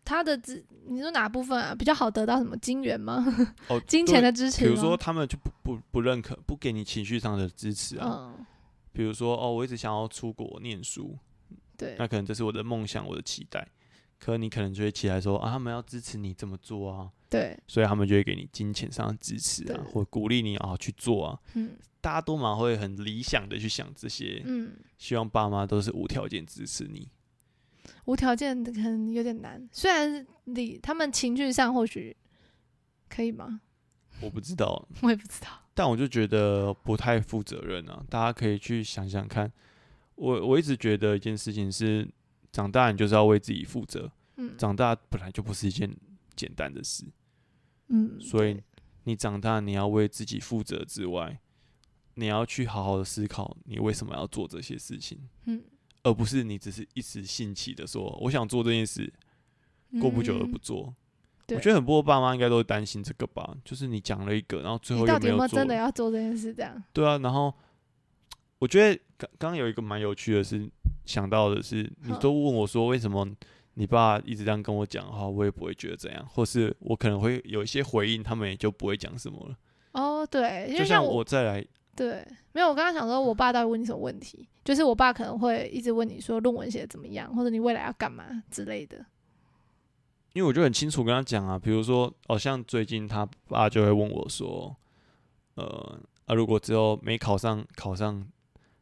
[SPEAKER 2] 他的支，你说哪部分啊比较好得到什么金源吗？
[SPEAKER 1] 哦
[SPEAKER 2] 金钱的支持
[SPEAKER 1] 比
[SPEAKER 2] 吗？
[SPEAKER 1] 如说他们就不不不认可，不给你情绪上的支持啊。
[SPEAKER 2] 嗯，
[SPEAKER 1] 比如说哦，我一直想要出国念书，
[SPEAKER 2] 对，
[SPEAKER 1] 那可能这是我的梦想，我的期待。可你可能就会期待说啊，他们要支持你这么做啊，
[SPEAKER 2] 对，
[SPEAKER 1] 所以他们就会给你金钱上的支持啊
[SPEAKER 2] 对，
[SPEAKER 1] 或鼓励你啊去做啊。
[SPEAKER 2] 嗯
[SPEAKER 1] 大家都蛮会很理想的去想这些，
[SPEAKER 2] 嗯，
[SPEAKER 1] 希望爸妈都是无条件支持你。
[SPEAKER 2] 无条件的可能有点难，虽然你他们情绪上或许可以吗？
[SPEAKER 1] 我不知道，
[SPEAKER 2] 我也不知道。
[SPEAKER 1] 但我就觉得不太负责任啊。大家可以去想想看。我我一直觉得一件事情是，长大你就是要为自己负责。
[SPEAKER 2] 嗯
[SPEAKER 1] 长大本来就不是一件简单的事，
[SPEAKER 2] 嗯，
[SPEAKER 1] 所以
[SPEAKER 2] 对
[SPEAKER 1] 你长大你要为自己负责之外，你要去好好的思考你为什么要做这些事情，
[SPEAKER 2] 嗯，
[SPEAKER 1] 而不是你只是一时兴起的说我想做这件事，过不久而不
[SPEAKER 2] 嗯
[SPEAKER 1] 做。
[SPEAKER 2] 对
[SPEAKER 1] 我觉得很多爸妈应该都会担心这个吧，就是你讲了一个，然后最后
[SPEAKER 2] 你
[SPEAKER 1] 又
[SPEAKER 2] 到
[SPEAKER 1] 没
[SPEAKER 2] 底有没有
[SPEAKER 1] 做
[SPEAKER 2] 真。的要做这件事？这样，
[SPEAKER 1] 对啊，然后我觉得刚刚有一个蛮有趣的是，想到的是，你
[SPEAKER 2] 哼
[SPEAKER 1] 都问我说为什么你爸一直这样跟我讲的话，我也不会觉得怎样，或是我可能会有一些回应，他们也就不会讲什么了。
[SPEAKER 2] 哦，对，因
[SPEAKER 1] 就
[SPEAKER 2] 为
[SPEAKER 1] 像
[SPEAKER 2] 像我
[SPEAKER 1] 我再来，
[SPEAKER 2] 对，没有，我刚刚想说，我爸到底问你什么问题？就是我爸可能会一直问你说论文写的怎么样，或者你未来要干嘛之类的。
[SPEAKER 1] 因为我就很清楚跟他讲啊，比如说，哦，像最近他爸就会问我说，呃，啊，如果之后没考上，考上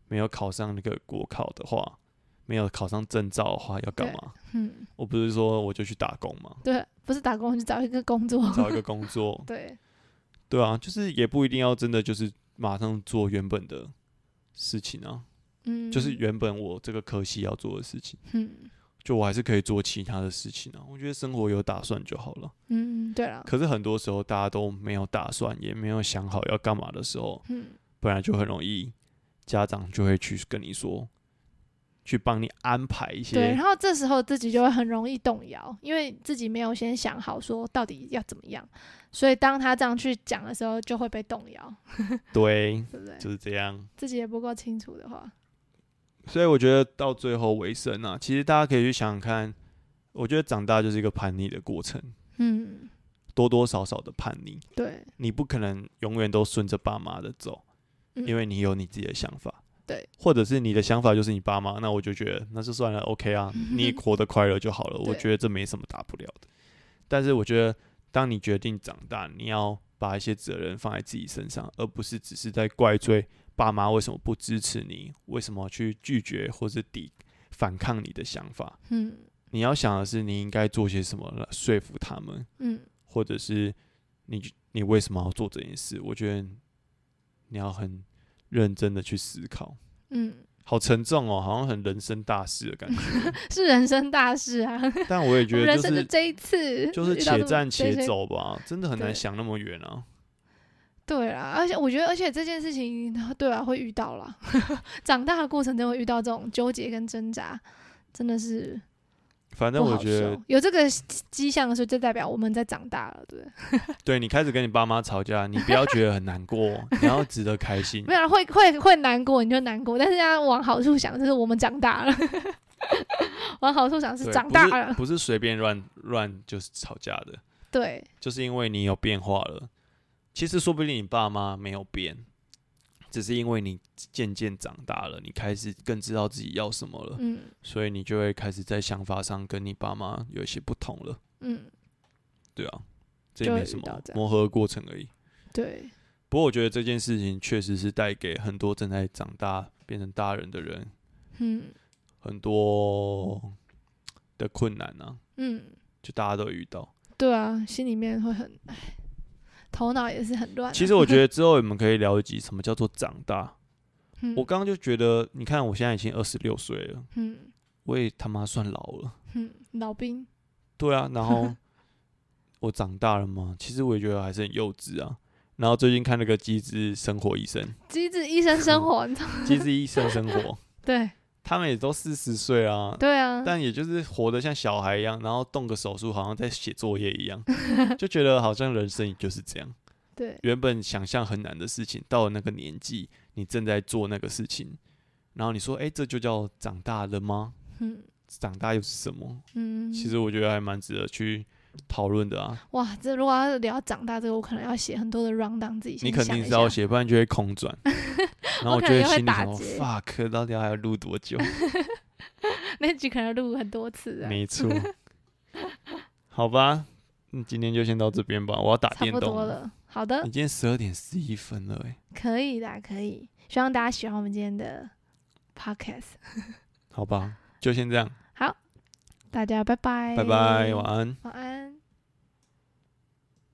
[SPEAKER 1] 没有考上那个国考的话，没有考上证照的话，要干
[SPEAKER 2] 对
[SPEAKER 1] 嘛？
[SPEAKER 2] 嗯，
[SPEAKER 1] 我不是说我就去打工嘛，
[SPEAKER 2] 对，不是打工就找一个工作。，
[SPEAKER 1] 找一个工作
[SPEAKER 2] 对，
[SPEAKER 1] 对啊，就是也不一定要真的就是马上做原本的事情啊，
[SPEAKER 2] 嗯，
[SPEAKER 1] 就是原本我这个科系要做的事情，
[SPEAKER 2] 嗯
[SPEAKER 1] 就我还是可以做其他的事情啊。我觉得生活有打算就好了。
[SPEAKER 2] 嗯，对了，
[SPEAKER 1] 可是很多时候大家都没有打算，也没有想好要干嘛的时候，
[SPEAKER 2] 嗯，
[SPEAKER 1] 本来就很容易，家长就会去跟你说，去帮你安排一
[SPEAKER 2] 对，
[SPEAKER 1] 些
[SPEAKER 2] 然后这时候自己就会很容易动摇，因为自己没有先想好说到底要怎么样，所以当他这样去讲的时候，就会被动摇，
[SPEAKER 1] 对，
[SPEAKER 2] 对不对？
[SPEAKER 1] 就是这样。
[SPEAKER 2] 自己也不够清楚的话，
[SPEAKER 1] 所以我觉得到最后尾声啊，其实大家可以去想想看，我觉得长大就是一个叛逆的过程，
[SPEAKER 2] 嗯，
[SPEAKER 1] 多多少少的叛逆，
[SPEAKER 2] 对，
[SPEAKER 1] 你不可能永远都顺着爸妈的走，
[SPEAKER 2] 嗯
[SPEAKER 1] 因为你有你自己的想法。
[SPEAKER 2] 对，
[SPEAKER 1] 或者是你的想法就是你爸妈，那我就觉得那就算了，OK 啊，你活得快乐就好了，我
[SPEAKER 2] 对
[SPEAKER 1] 觉得这没什么大不了的。但是我觉得，当你决定长大，你要把一些责任放在自己身上，而不是只是在怪罪爸妈为什么不支持你，为什么去拒绝或是抵反抗你的想法。
[SPEAKER 2] 嗯
[SPEAKER 1] 你要想的是，你应该做些什么来说服他们，
[SPEAKER 2] 嗯，
[SPEAKER 1] 或者是你你为什么要做这件事？我觉得你要很认真的去思考。
[SPEAKER 2] 嗯，
[SPEAKER 1] 好沉重哦，好像很人生大事的感 觉。
[SPEAKER 2] 是人生大事啊，
[SPEAKER 1] 但我也觉
[SPEAKER 2] 我
[SPEAKER 1] 得
[SPEAKER 2] 人
[SPEAKER 1] 就
[SPEAKER 2] 生就是这一次，
[SPEAKER 1] 就是
[SPEAKER 2] 遇到这
[SPEAKER 1] 且
[SPEAKER 2] 么
[SPEAKER 1] 战
[SPEAKER 2] 这
[SPEAKER 1] 且
[SPEAKER 2] 些。
[SPEAKER 1] 走吧，真的很难
[SPEAKER 2] 对
[SPEAKER 1] 想那么远啊。
[SPEAKER 2] 对啦，而且我觉得，而且这件事情，对啊，会遇到啦。 长大的过程中会遇到这种纠结跟挣扎，真的是
[SPEAKER 1] 反
[SPEAKER 2] 不
[SPEAKER 1] 正
[SPEAKER 2] 好
[SPEAKER 1] 我
[SPEAKER 2] 受。
[SPEAKER 1] 觉得，
[SPEAKER 2] 有这个迹迹象的时候，就代表我们在长大了，
[SPEAKER 1] 嗯
[SPEAKER 2] 对不对？
[SPEAKER 1] 对你开始跟你爸妈吵架，你不要觉得很难过，你要值得开心
[SPEAKER 2] 没。有啊啦会会会难过，你就难过，但是要往好处想，就是我们长大了。 往好处想是
[SPEAKER 1] 对
[SPEAKER 2] 长
[SPEAKER 1] 不
[SPEAKER 2] 大
[SPEAKER 1] 是
[SPEAKER 2] 了，
[SPEAKER 1] 不是随便乱乱就是吵架的，
[SPEAKER 2] 对
[SPEAKER 1] 就是因为你有变化了。其实说不定你爸妈没有变，只是因为你渐渐长大了，你开始更知道自己要什么了，
[SPEAKER 2] 嗯
[SPEAKER 1] 所以你就会开始在想法上跟你爸妈有一些不同了。
[SPEAKER 2] 嗯，
[SPEAKER 1] 对啊，这
[SPEAKER 2] 就
[SPEAKER 1] 也
[SPEAKER 2] 会
[SPEAKER 1] 没什
[SPEAKER 2] 遇到
[SPEAKER 1] 么
[SPEAKER 2] 这样
[SPEAKER 1] 磨合的过程而已。
[SPEAKER 2] 对，
[SPEAKER 1] 不过我觉得这件事情确实是带给很多正在长大、变成大人的人
[SPEAKER 2] 嗯
[SPEAKER 1] 很多的困难啊，
[SPEAKER 2] 嗯，
[SPEAKER 1] 就大家都有遇到。
[SPEAKER 2] 对啊，心里面会很，唉头脑也是很乱啊、
[SPEAKER 1] 其实我觉 得之后我们可以聊一集什么叫做长大。
[SPEAKER 2] 嗯，
[SPEAKER 1] 我刚刚就觉得，你看我现在已经二十六岁了，
[SPEAKER 2] 嗯
[SPEAKER 1] 我也他妈算老了。
[SPEAKER 2] 嗯，老兵，
[SPEAKER 1] 对啊，然 后我长大了嘛，其实我也觉得还是很幼稚啊。然后最近看那个《机智生活医生
[SPEAKER 2] 机智医生生活，你知道》，
[SPEAKER 1] 《机智医生生活》，
[SPEAKER 2] 对
[SPEAKER 1] 他们也都四十岁啊，
[SPEAKER 2] 对啊，
[SPEAKER 1] 但也就是活得像小孩一样，然后动个手术好像在写作业一 样，就觉得好像人生也就是这样。
[SPEAKER 2] 对
[SPEAKER 1] 原本想象很难的事情，到了那个年纪，你正在做那个事情，然后你说：“哎、这就叫长大了吗？
[SPEAKER 2] 嗯
[SPEAKER 1] 长大又是什么？”
[SPEAKER 2] 嗯，
[SPEAKER 1] 其实我觉得还蛮值得去讨论的啊。
[SPEAKER 2] 哇，这如果要聊长大这个，我可能要写很多的 round down 自己
[SPEAKER 1] 你
[SPEAKER 2] 先
[SPEAKER 1] 肯
[SPEAKER 2] 想
[SPEAKER 1] 定
[SPEAKER 2] 一
[SPEAKER 1] 是要
[SPEAKER 2] 下，
[SPEAKER 1] 写，不然就会空 转。然后
[SPEAKER 2] 我
[SPEAKER 1] 我
[SPEAKER 2] 可
[SPEAKER 1] 就
[SPEAKER 2] 能
[SPEAKER 1] 会
[SPEAKER 2] 又会
[SPEAKER 1] 心里
[SPEAKER 2] 打
[SPEAKER 1] 想说
[SPEAKER 2] 结
[SPEAKER 1] ：“fuck，到底还要录多久？”
[SPEAKER 2] 那集可能录很多 次啊，
[SPEAKER 1] 没错，好吧，嗯，今天就先到这边吧。我要打
[SPEAKER 2] 差
[SPEAKER 1] 啊电
[SPEAKER 2] 不
[SPEAKER 1] 动
[SPEAKER 2] 多。了，好的
[SPEAKER 1] 你，今天十二点十一分了、欸，
[SPEAKER 2] 可以的，可以，希望大家喜欢我们今天的 podcast，
[SPEAKER 1] 好吧，就先这样，
[SPEAKER 2] 大家拜拜，哎
[SPEAKER 1] 拜拜，晚安。
[SPEAKER 2] 晚安。